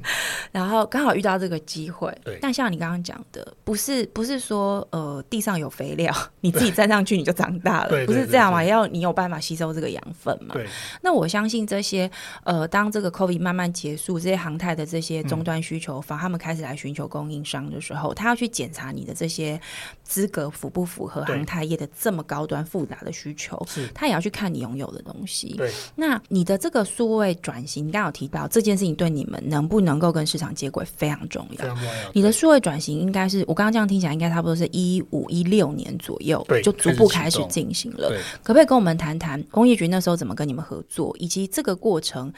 S2: 然后刚好遇到这个机会
S3: 对。
S2: 但像你刚刚讲的，不是不是说呃地上有肥料， 你自己站上去你就长大了，
S3: 对对
S2: 不是
S3: 对
S2: 这样嘛？
S3: 对
S2: 要你有办法吸收这个养分嘛？
S3: 对，
S2: 那我相信这些呃，当这个 COVID 慢慢结束，这些航太的这些
S3: 嗯
S2: 终端需求方，他们开始来寻求供应商的时候，他要去检查你的这些资格符不符合
S3: 对
S2: 航太业的这么高端复杂的需求
S3: 是，
S2: 他也要去看你拥有的东西。
S3: 对，
S2: 那你的这个数位转型，你刚刚有提到这件事情对你们能不能够跟市场接轨非常重
S3: 非
S2: 要。
S3: 常重要。
S2: 你的数位转型应该是我刚刚这样听起来，应该差不多是一五一六年左右
S3: 对，
S2: 就逐步
S3: 开
S2: 开始
S3: 始启动
S2: 进行了。
S3: 对，
S2: 可不可以跟我们谈谈工业局那时候怎么跟你们合作，以及这个过程？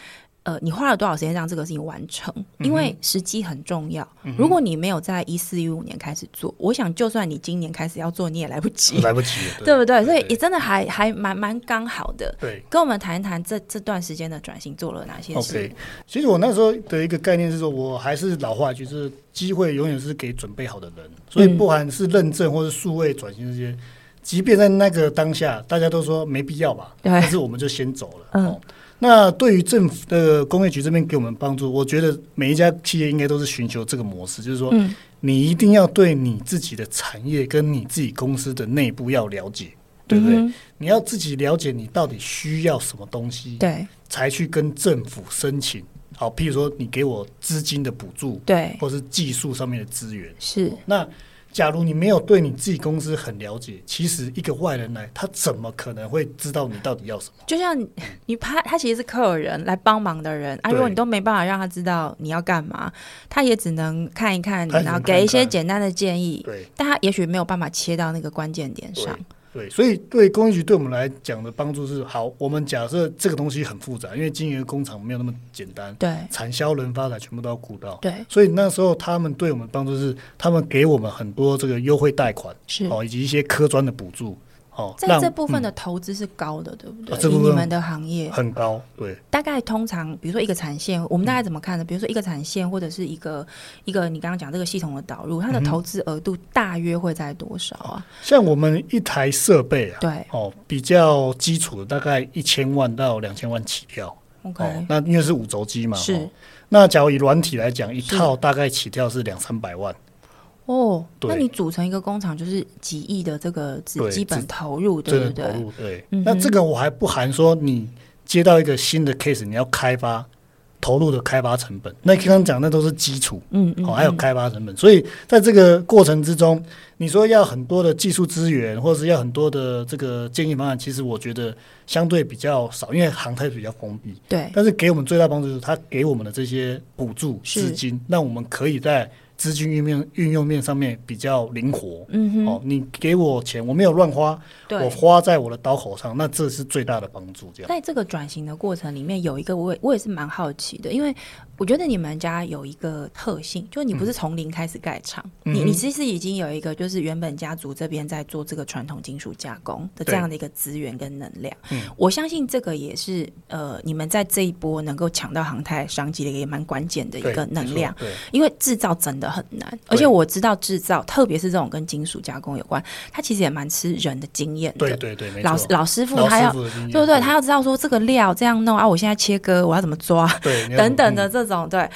S2: 呃，你花了多少时间让这个事情完成？
S3: 嗯
S2: 因为时机很重要。如果你没有在一四一五年开始做，我想就算你今年开始要做，你也来不 及，
S3: 来不及了，
S2: 对不对？所以也
S3: 对
S2: 真的还还蛮蛮刚好的。
S3: 对。
S2: 跟我们谈一谈这这段时间的转型做了哪些事
S3: OK，其实我那时候的一个概念是说，我还是老话一句，就是机会永远是给准备好的人，所以
S2: 嗯
S3: 不含是认证或者数位转型这些，即便在那个当下，大家都说没必要吧，
S2: 对
S3: 但是我们就先走了。
S2: 嗯
S3: 哦，那对于政府的工业局这边给我们帮助，我觉得每一家企业应该都是寻求这个模式，就是说，
S2: 嗯
S3: 你一定要对你自己的产业跟你自己公司的内部要了解，对不对？
S2: 嗯
S3: 你要自己了解你到底需要什么东西
S2: 哼，对
S3: 才去跟政府申请。好，譬如说你给我资金的补助，
S2: 对，
S3: 或是技术上面的资源。
S2: 是
S3: 那假如你没有对你自己公司很了解，其实一个外人来，他怎么可能会知道你到底要什么？
S2: 就像你你怕他其实是客人来帮忙的人啊，
S3: 对
S2: 如果你都没办法让他知道你要干嘛，他也只能看一看，
S3: 他只能
S2: 然后
S3: 看一
S2: 给一些
S3: 看
S2: 简单的建议，
S3: 对
S2: 但他也许没有办法切到那个关键点上。
S3: 对，所以对工业局对我们来讲的帮助是好。我们假设这个东西很复杂，因为经营工厂没有那么简单，
S2: 对
S3: 产销人发展全部都要顾到。
S2: 对，
S3: 所以那时候他们对我们帮助是，他们给我们很多这个优惠贷款，
S2: 是
S3: 哦，以及一些科专的补助，哦，
S2: 嗯在
S3: 让
S2: 这部分
S3: 嗯
S2: 的投资是高的，对不对？
S3: 啊这部
S2: 以
S3: 分
S2: 你们的行业，
S3: 很高，对
S2: 大概通常比如说一个产线，我们
S3: 嗯
S2: 大概怎么看呢？比如说一个产线或者是一个一个你刚刚讲这个系统的导入，它的
S3: 嗯哼哦
S2: 投资额度大约会在多少啊？
S3: 像我们一台设备啊，
S2: 对
S3: 哦，比较基础的大概一千万到两千万起跳。
S2: ，OK，
S3: 哦，那因为是五轴机嘛，
S2: 是
S3: 哦。那假如以软体来讲，一
S2: 是
S3: 套大概起跳是两三百万，
S2: 哦，
S3: 对
S2: 那你组成一个工厂就是几亿的这个资
S3: 对
S2: 基本
S3: 资
S2: 投入，对
S3: 这
S2: 不
S3: 个
S2: 对
S3: 投？入对。
S2: 嗯哼
S3: 那这个我还不含说你接到一个新的 case，你要开发投入的开发成本。那刚刚讲那都是基础，
S2: 嗯嗯，
S3: 哦，还有
S2: 嗯
S3: 开发成本。所以在这个过程之中，你说要很多的技术资源，或者是要很多的这个建议方案，其实我觉得相对比较少，因为航太比较封闭。
S2: 对
S3: 但是给我们最大帮助就是它给我们的这些补助
S2: 是
S3: 资金，让我们可以在资金运用运用面上面比较灵活。
S2: 嗯哼，
S3: 哦，你给我钱，我没有乱花，我
S2: 对。
S3: 花在我的刀口上，那这是最大的帮助。这样
S2: 在这个转型的过程里面，有一个我也我也是蛮好奇的，因为我觉得你们家有一个特性，就是你不是从零开始盖厂，你
S3: 嗯哼
S2: 你其实已经有一个就是原本家族这边在做这个传统金属加工的这
S3: 对
S2: 样的一个资源跟能量
S3: 嗯。
S2: 我相信这个也是呃，你们在这一波能够抢到航太商机的一个也蛮关键的一
S3: 对
S2: 个能量。，
S3: 没错
S2: 因为制造真的很难，而且我知道制造，特别是这种跟金属加工有关，它其实也蛮吃人的经验
S3: 对
S2: 的。
S3: 对对对，没
S2: 老
S3: 错。
S2: 老师傅
S3: 老
S2: 他要
S3: 师，傅的经验
S2: 对不对？他要知道说这个料这样弄啊，我现在切割我要怎么抓
S3: 对你要
S2: 等等
S3: 嗯
S2: 的这种对。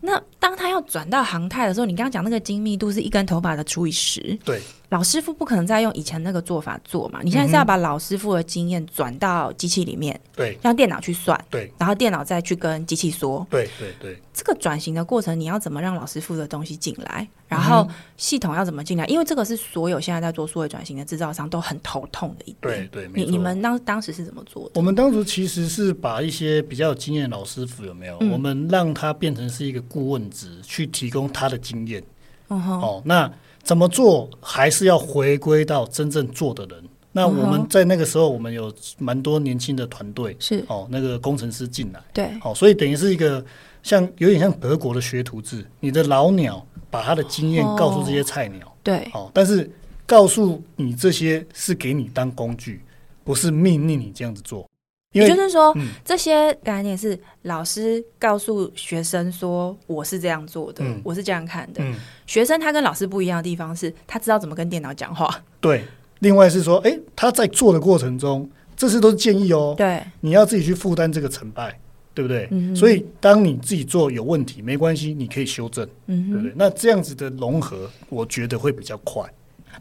S2: 那当他要转到航太的时候，你刚刚讲那个精密度是一根头发的除以十，
S3: 对嗯
S2: 老师傅不可能再用以前那个做法做嘛。你现在是要把老师傅的经验转到机器里面，
S3: 对
S2: 让电脑去算，
S3: 对
S2: 然后电脑再去跟机器说，
S3: 对对对，
S2: 这个转型的过程，你要怎么让老师傅的东西进来？然
S3: 嗯
S2: 后系统要怎么进来？因为这个是所有现在在做数位转型的制造商都很头痛的一点。
S3: 对对没
S2: 你
S3: 错
S2: 你们当当时是怎么做的？
S3: 我们当初其实是把一些比较有经验的老师傅有没有，
S2: 嗯
S3: 我们让他变成是一个顾问职，去提供他的经验。
S2: 嗯哼，
S3: 哦，那怎么做还是要回归到真正做的人。那我
S2: 嗯
S3: 们
S2: 哼
S3: 在那个时候，我们有蛮多年轻的团队，
S2: 是
S3: 哦，那个工程师进来，
S2: 对
S3: 哦，所以等于是一个像有点像德国的学徒制，你的老鸟把他的经验告诉这些菜鸟。
S2: 对
S3: 好，哦但是告诉你这些是给你当工具，不是命令你这样子做。因
S2: 也
S3: 为
S2: 就是说，
S3: 嗯
S2: 这些概念是老师告诉学生说我是这样做的，
S3: 嗯
S2: 我是这样看的。
S3: 嗯，
S2: 学生他跟老师不一样的地方是他知道怎么跟电脑讲话，
S3: 对。另外是说，诶，他在做的过程中，这些都是建议哦，
S2: 对，
S3: 你要自己去负担这个成败，对不对？
S2: 嗯哼
S3: 所以当你自己做有问题，没关系，你可以修正，
S2: 嗯
S3: 对不
S2: 哼。
S3: 对？那这样子的融合，我觉得会比较快。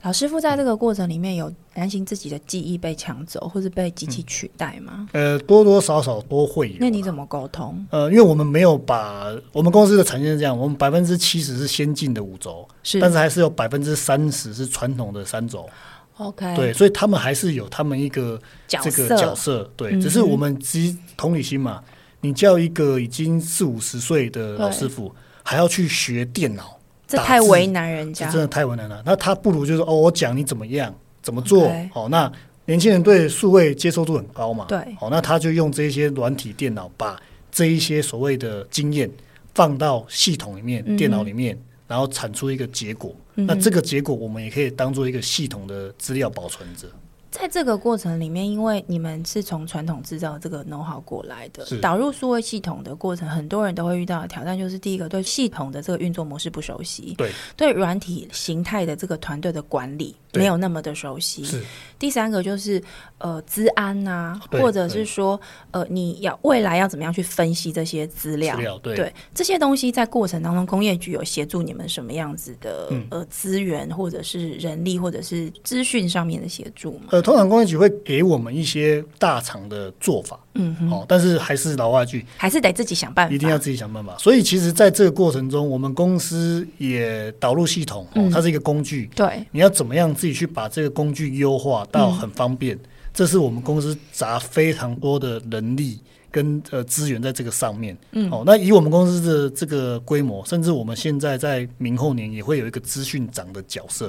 S2: 老师傅在这个过程里面有嗯担心自己的记忆被抢走或是被机器取代吗？
S3: 呃，多多少少都会嗯有。
S2: 那你怎么沟通？
S3: 呃，因为我们没有把我们公司的产业是这样，我们百分之七十是先进的五轴，
S2: 是
S3: 但是还是有百分之三十是传统的三轴，
S2: OK，
S3: 对，所以他们还是有他们一个
S2: 哎角
S3: 这
S2: 色
S3: 个角色，对，只是
S2: 嗯哼
S3: 我们其同理心嘛，你叫一个已经四五十岁的老
S2: 对
S3: 师傅还要去学电脑，
S2: 这
S3: 打
S2: 太
S3: 字
S2: 为难人
S3: 这
S2: 家
S3: 真。的太为难了。那他不如就是哦，我讲你怎么样，怎么做
S2: OK，
S3: 好、那年轻人对数位接受度很高嘛，哦
S2: 对
S3: 好、那他就用这些软体电脑，把这一些所谓的经验放到系统里面、
S2: 嗯哼
S3: 电脑里面，然后产出一个结果。
S2: 嗯哼
S3: 那这个结果我们也可以当做一个系统的资料保存着。
S2: 在这个过程里面，因为你们是从传统制造这个 know how 过来的
S3: 是，
S2: 导入数位系统的过程，很多人都会遇到的挑战，就是第一个对系统的这个运作模式不熟悉，
S3: 对，
S2: 对软体形态的这个团队的管理
S3: 对
S2: 没有那么的熟悉，
S3: 是
S2: 第三个就是呃，资安呐、
S3: 对
S2: 或者是说呃，你要未来要怎么样去分析这些资料？
S3: 资料对
S2: 这些东西在过程当中，工业局有协助你们什么样子的、
S3: 嗯
S2: 呃资源，或者是人力，或者是资讯上面的协助吗？
S3: 呃，通常工业局会给我们一些大厂的做法，
S2: 嗯哼，
S3: 哦，但是还是老话一句，
S2: 还是得自己想办法。
S3: 一定要自己想办法。所以其实在这个过程中，我们公司也导入系统，哦
S2: 嗯，
S3: 它是一个工具，
S2: 对，
S3: 你要怎么样自己去把这个工具优化到很方便，这是我们公司砸非常多的人力。跟呃资源在这个上面，嗯，哦，那以我们公司的这个规模，甚至我们现在在明后年也会有一个资讯长的角色，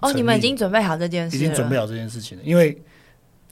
S2: 哦，
S3: 成
S2: 你们已
S3: 立
S2: 经准备好这件事
S3: 已
S2: 了，
S3: 经准备好这件事情了。因为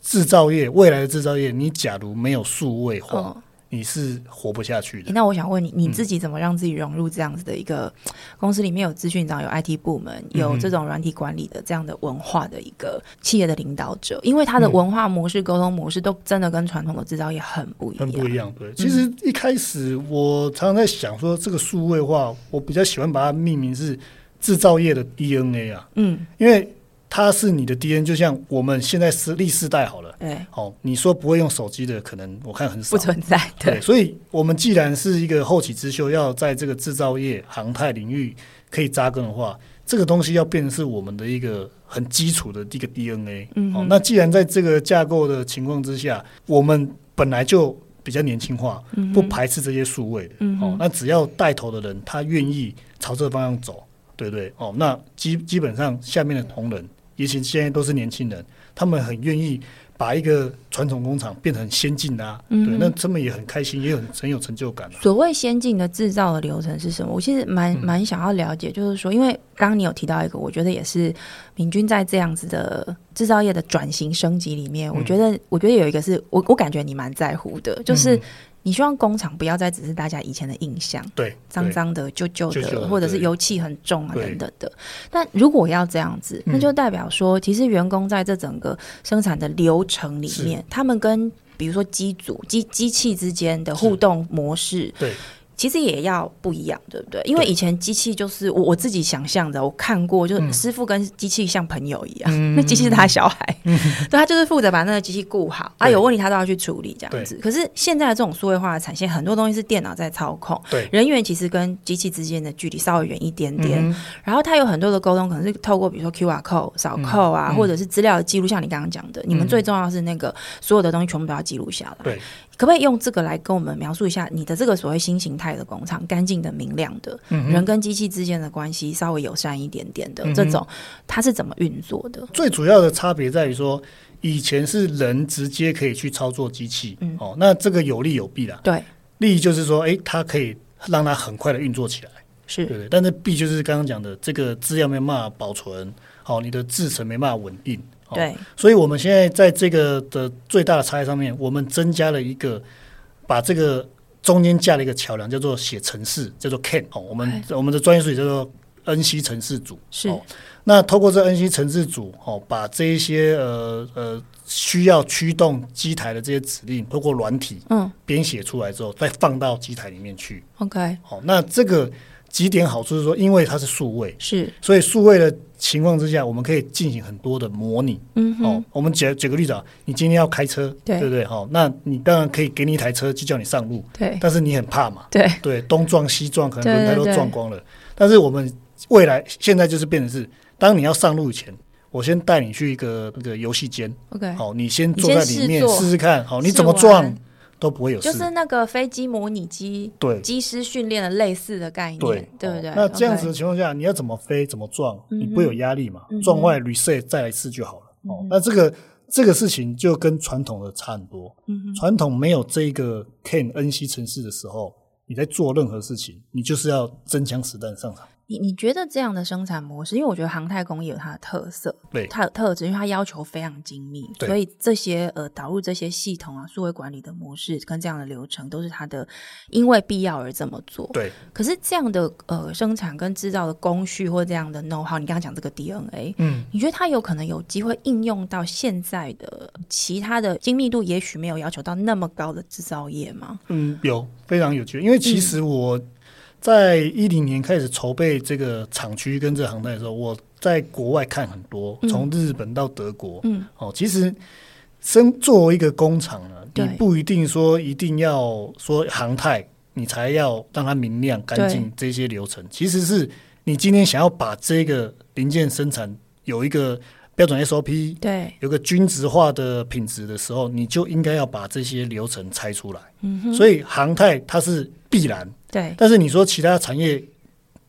S3: 制造业未来的制造业，你假如没有数位化，
S2: 嗯
S3: 你是活不下去的
S2: 诶。那我想问你，你自己怎么让自己融入这样子的一个、公司里面有资讯长、有 IT 部门、
S3: 嗯
S2: 有这种软体管理的这样的文化的一个企业的领导者？因为他
S3: 嗯
S2: 的文化模式、沟通模式都真的跟传统的制造业很不一样。
S3: 很不一样，对。其实一开始我常常在想说，这个数位化，我比较喜欢把它命名是制造业的 DNA 啊，
S2: 嗯，
S3: 因为它是你的 DNA，就像我们现在是历世代好了，
S2: 对，
S3: 哦，你说不会用手机的，可能我看很
S2: 不。
S3: 少
S2: 存在
S3: 对，
S2: 的。
S3: 所以我们既然是一个后起之秀，要在这个制造业、航太领域可以扎根的话，这个东西要变成是我们的一个很基础的一个 DNA。
S2: 嗯
S3: 哦
S2: 哼，
S3: 那既然在这个架构的情况之下，我们本来就比较年轻化，
S2: 嗯
S3: 不
S2: 哼
S3: 排斥这些数位的。
S2: 嗯
S3: 哦
S2: 哼，
S3: 那只要带头的人他愿意朝这个方向走，对不对？哦，那基基本上下面的同仁，也许现在都是年轻人，他们很愿意把一个传统工厂变成先进的、啊，
S2: 嗯
S3: 对，那他们也很开心，也很很有成就感、啊。
S2: 所谓先进的制造的流程是什么？我其实蛮
S3: 嗯
S2: 蛮想要了解，就是说，因为刚刚你有提到一个，我觉得也是明君在这样子的制造业的转型升级里面，我觉得我觉得有一个是我我感觉你蛮在乎的，就是
S3: 嗯嗯
S2: 你希望工厂不要再只是大家以前的印象，
S3: 对，
S2: 脏脏的、旧旧
S3: 旧旧
S2: 的，
S3: 的
S2: 或者是
S3: 对
S2: 油漆很重啊
S3: 对
S2: 等等的。但如果要这样子，
S3: 嗯
S2: 那就代表说，其实员工在这整个生产的流程里面，他们跟比如说机组、机机器之间的互动模式，
S3: 对，
S2: 其实也要不一样，对不对？因为
S3: 对
S2: 以前机器就是我我自己想象的，我看过，就是
S3: 嗯
S2: 师傅跟机器像朋友一样，
S3: 嗯
S2: 那机器是他小孩，对他就是负责把那个机器顾好，啊，
S3: 对
S2: 有问题他都要去处理这样子。可是现在的这种数位化的产线，很多东西是电脑在操控，
S3: 对
S2: 人员其实跟机器之间的距离稍微远一点点，
S3: 嗯
S2: 然后它有很多的沟通，可能是透过比如说 QR code 扫扣啊，
S3: 嗯
S2: 或者是资料的记录，像你刚刚讲的，你们最重要是那个所有的东西全部都要记录下来。
S3: 对，
S2: 可不可以用这个来跟我们描述一下你的这个所谓新形态的工厂，干净的、明亮的，
S3: 嗯哼
S2: 人跟机器之间的关系稍微友善一点点的、
S3: 嗯哼
S2: 这种，它是怎么运作的？
S3: 最主要的差别在于说，以前是人直接可以去操作机器，
S2: 嗯
S3: 哦，那这个有利有弊啦。
S2: 对，
S3: 利就是说，诶，它可以让它很快的运作起来。
S2: 是
S3: 对不对？但是 B 就是刚刚讲的，这个资料没办法保存，好、你的制程没办法稳定，哦
S2: 对，
S3: 所以我们现在在这个的最大的差异上面，我们增加了一个，把这个中间架了一个桥梁，叫做写程式，叫做 CAN，哦，我们我们的专业术语叫做 NC 城市组。
S2: 是
S3: 哦那透过这 NC 城市组，哦，把这一些呃呃需要驱动机台的这些指令，透过软体
S2: 嗯
S3: 编写出来之后，再放到机台里面去。
S2: ，OK，
S3: 哦，那这个几点好处是说，因为它是数位，
S2: 是，
S3: 所以数位的情况之下，我们可以进行很多的模拟。
S2: 嗯
S3: 哦
S2: 哼，，
S3: 我们举举个例子啊，你今天要开车，
S2: 对
S3: 不对？哦，那你当然可以给你一台车就叫你上路，
S2: 对
S3: 但是你很怕嘛，
S2: 对，
S3: 对，东撞西撞，可能
S2: 对
S3: 轮胎都
S2: 对
S3: 撞光了。但是我们未来现在就是变成是，当你要上路以前，我先带你去一个那个游戏间，
S2: ，OK，
S3: 好，你先
S2: 你
S3: 坐
S2: 先
S3: 在里
S2: 试
S3: 面
S2: 坐
S3: 试试看，哦好，你
S2: 试
S3: 怎么
S2: 玩
S3: 撞都不会有
S2: 就
S3: 事。
S2: 是那个飞机模拟机
S3: 对
S2: 机师训练的类似的概念，
S3: 对
S2: 对不对
S3: 哦？那这样
S2: OK
S3: 子的情况下，你要怎么飞，怎么撞，
S2: 嗯哼
S3: 你不会有压力嘛
S2: 嗯哼？
S3: 撞坏 reset 再来一次就好了。
S2: 嗯
S3: 哦
S2: 哼，
S3: 那这个这个事情就跟传统的差很多。
S2: 嗯哼
S3: 传统没有这个 CAN NC 城市的时候，你在做任何事情，你就是要真枪实弹上场。
S2: 你你觉得这样的生产模式，因为我觉得航太工业有它的特色，
S3: 对
S2: 它的特质，因为它要求非常精密，
S3: 对
S2: 所以这些呃导入这些系统啊、数位管理的模式跟这样的流程，都是它的因为必要而这么做。
S3: 对，
S2: 可是这样的呃生产跟制造的工序或这样的 know how，你刚刚讲这个 DNA，
S3: 嗯，
S2: 你觉得它有可能有机会应用到现在的其他的精密度，也许没有要求到那么高的制造业吗？
S3: 嗯，有非常有趣，因为其实我在一零年开始筹备这个厂区跟这个航太的时候，我在国外看很多，
S2: 嗯
S3: 从日本到德国，
S2: 嗯，
S3: 哦，其实身作为一个工厂呢，你
S2: 对
S3: 不一定说一定要说航太，你才要让它明亮干净这些流程，其实是你今天想要把这个零件生产有一个标准 SOP，
S2: 对，
S3: 有个均值化的品质的时候，你就应该要把这些流程拆出来。
S2: 嗯哼，
S3: 所以航太它是必然，
S2: 对，
S3: 但是你说其他产业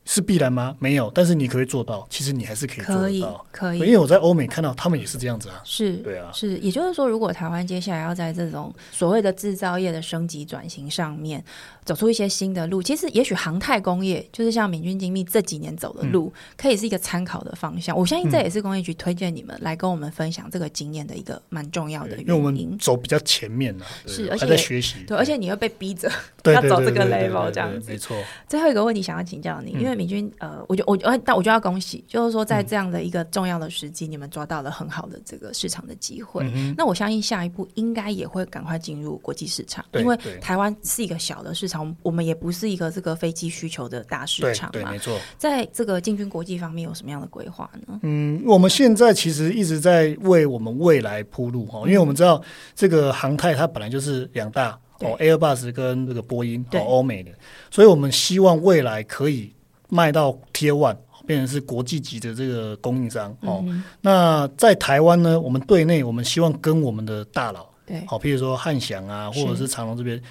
S3: 是必然吗？没有，但是你可不可以做到，其实你还是可以做
S2: 可
S3: 得
S2: 以
S3: 到。，
S2: 可以
S3: 因。为我在欧美看到他们也是这样子啊，
S2: 是，
S3: 对啊
S2: 是，也就是说，如果台湾接下来要在这种所谓的制造业的升级转型上面走出一些新的路，其实也许航太工业就是像敏君精密这几年走的路，
S3: 嗯
S2: 可以是一个参考的方向。我相信这也是工业局推荐你们来跟我们分享这个经验的一个蛮重要的
S3: 对因为我
S2: 原因
S3: 们。走比较前面了、啊，对
S2: 是而且
S3: 还在学习，
S2: 对，而且你会被逼着。
S3: 对
S2: 要
S3: 对
S2: 走
S3: 对
S2: 这个
S3: 对对
S2: level
S3: 对
S2: 这样
S3: 对
S2: 子
S3: 没错，
S2: 最后一个问题想要请教
S3: 嗯
S2: 你，因为敏君，呃，我就我呃，但我就要恭喜，就是说在这样的一个重要的时机，你们抓到了很好的这个市场的机会。
S3: 嗯哼，
S2: 那我相信下一步应该也会赶快进入国际市场，
S3: 对
S2: 因为
S3: 对
S2: 台湾是一个小的市场，我们我们也不是一个这个飞机需求的大市
S3: 对
S2: 场
S3: 对，
S2: 嘛
S3: 没。错。
S2: 在这个进军国际方面有什么样的规划呢？
S3: 嗯，我们现在其实一直在为我们未来铺路
S2: 嗯
S3: 哈，因为我们知道这个航太它本来就是两大哦，Airbus 跟这个波音哦
S2: 对，
S3: 欧美的，所以我们希望未来可以卖到 Tier One，变哦成是国际级的这个供应商哦。
S2: 嗯哼，
S3: 那在台湾呢，我们对内我们希望跟我们的大佬，
S2: 对，
S3: 好，譬如说汉翔啊，
S2: 是
S3: 或者是长隆这边，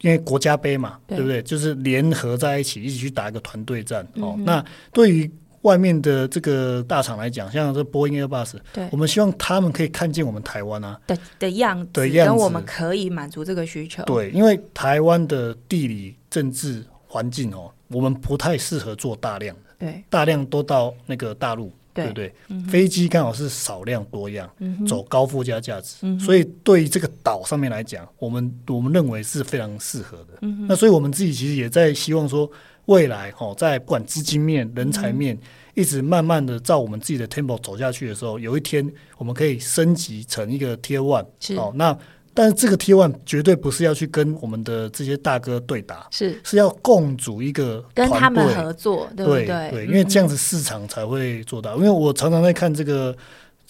S3: 因为国家杯嘛，
S2: 对
S3: 对不对？就是联合在一起，一起去打一个团队战。哦
S2: 嗯，哼
S3: 那对于外面的这个大厂来讲，像这波音、Airbus，
S2: 对
S3: 我们希望他们可以看见我们台湾啊，
S2: 的的样子，
S3: 的样子
S2: 跟我们可以满足这个需求。，
S3: 对，因为台湾的地理、政治环境哦，我们不太适合做大量，
S2: 对，
S3: 大量都到那个大陆，对
S2: 对
S3: 不，对？飞机刚好是少量多样。
S2: 嗯哼，
S3: 走高附加价值，
S2: 嗯哼
S3: 所以对于这个岛上面来讲，我们我们认为是非常适合的。
S2: 嗯
S3: 那所以我们自己其实也在希望说，未来哦，在不管资金面、人
S2: 嗯
S3: 才面，一直慢慢的照我们自己的 tempo 走下去的时候，有一天我们可以升级成一个 Tier One
S2: 是
S3: 哦。那但是这个 Tier One 绝对不是要去跟我们的这些大哥对打，
S2: 是
S3: 是要共组一个
S2: 跟他们
S3: 团队
S2: 合作，对嗯不
S3: 对嗯因为这样子市场才会做到。因为我常常在看这个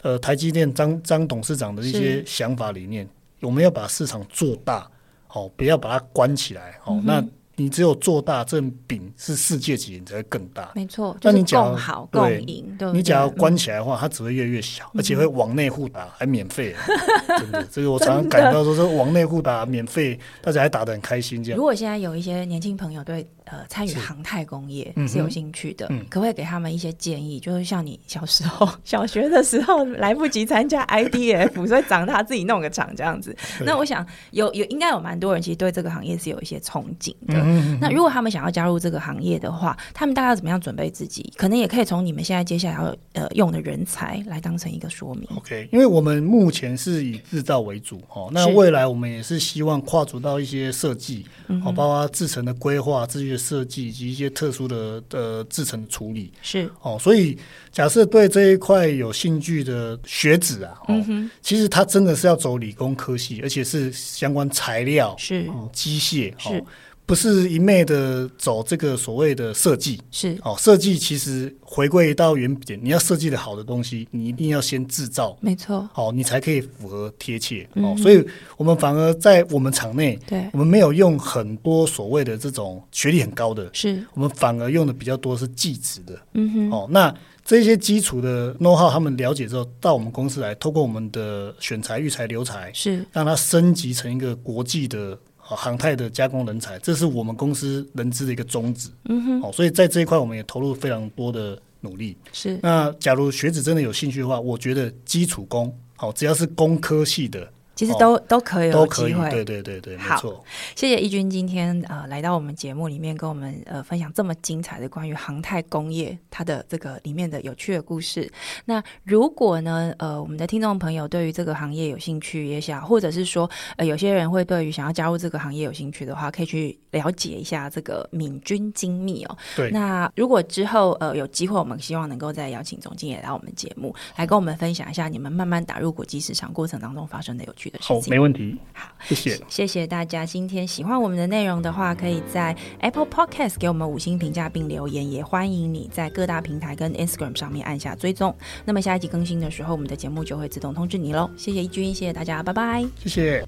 S3: 呃台积电张张董事长的一些
S2: 是
S3: 想法理念，我们要把市场做大，哦，不要把它关起来，哦，那你只有做大，这饼是世界级，你才会更大。
S2: 没错，就
S3: 那
S2: 是
S3: 你假如
S2: 共好共
S3: 嗯对
S2: 赢，对嗯不对？
S3: 你假如关起来的话，它只会越来越小，而且会往内互打，还免费。啊 真的，这个我常常感到说，这往内互打免费，大家还打得很开心，这样
S2: 如果现在有一些年轻朋友对呃参与航太工业
S3: 嗯哼
S2: 是有兴趣的，
S3: 嗯
S2: 可不可以给他们一些建议？就是像你小时候 小学的时候来不及参加 IDF，所以长大自己弄个厂这样子。
S3: 对
S2: 那我想有有应该有蛮多人其实对这个行业是有一些憧憬的。
S3: 嗯
S2: 那如果他们想要加入这个行业的话，他们大概要怎么样准备自己？可能也可以从你们现在接下来要呃用的人才来当成一个说明。
S3: OK，因为我们目前是以制造为主哦，那
S2: 是嗯
S3: 未来我们也是希望跨足到一些设计，哦，包括制成的规划、制约设计以及一些特殊的呃制成的处理。
S2: 是，
S3: 哦，所以假设对这一块有兴趣的学子啊，哦，
S2: 嗯哼，
S3: 其实他真的是要走理工科系，而且是相关材料、
S2: 是
S3: 哦机械，
S2: 是
S3: 哦，不是一昧的走这个所谓的设计。
S2: 是，
S3: 哦，设计其实回归到原点，你要设计的好的东西，你一定要先制造
S2: 没错，
S3: 好，你才可以符合贴切。
S2: 嗯
S3: 哦，所以我们反而在我们场内，
S2: 对，
S3: 我们没有用很多所谓的这种学历很高的，
S2: 是，
S3: 我们反而用的比较多是技职的。
S2: 嗯哼，
S3: 哦，那这些基础的 know how 他们了解之后，到我们公司来，透过我们的选材、育才、留才，
S2: 是，
S3: 让它升级成一个国际的。哦航太的加工人才，这是我们公司人资的一个宗旨。
S2: 嗯哼，
S3: 哦，所以在这一块我们也投入非常多的努力。
S2: 是，
S3: 那假如学子真的有兴趣的话，我觉得基础工，好、只要是工科系的
S2: 其实都都可以
S3: 哦都
S2: 有
S3: 可
S2: 机
S3: 以。对
S2: 会。
S3: 对对对，没
S2: 好
S3: 错。
S2: 谢谢义军今天呃来到我们节目里面，跟我们呃分享这么精彩的关于航太工业它的这个里面的有趣的故事。那如果呢呃我们的听众朋友对于这个行业有兴趣，也想或者是说呃有些人会对于想要加入这个行业有兴趣的话，可以去了解一下这个敏军精密哦。
S3: 对
S2: 那如果之后呃有机会，我们希望能够再邀请总经理来到我们节目，来跟我们分享一下你们慢慢打入国际市场过程当中发生的有趣的事
S3: 好，
S2: 情
S3: 没。问题。
S2: 好，
S3: 谢谢。
S2: 谢谢大家。今天喜欢我们的内容的话，可以在 Apple Podcast 给我们五星评价并留言，也欢迎你在各大平台跟 Instagram 上面按下追踪。那么下一集更新的时候，我们的节目就会自动通知你喽。谢谢一君，谢谢大家，拜拜。
S3: 谢谢。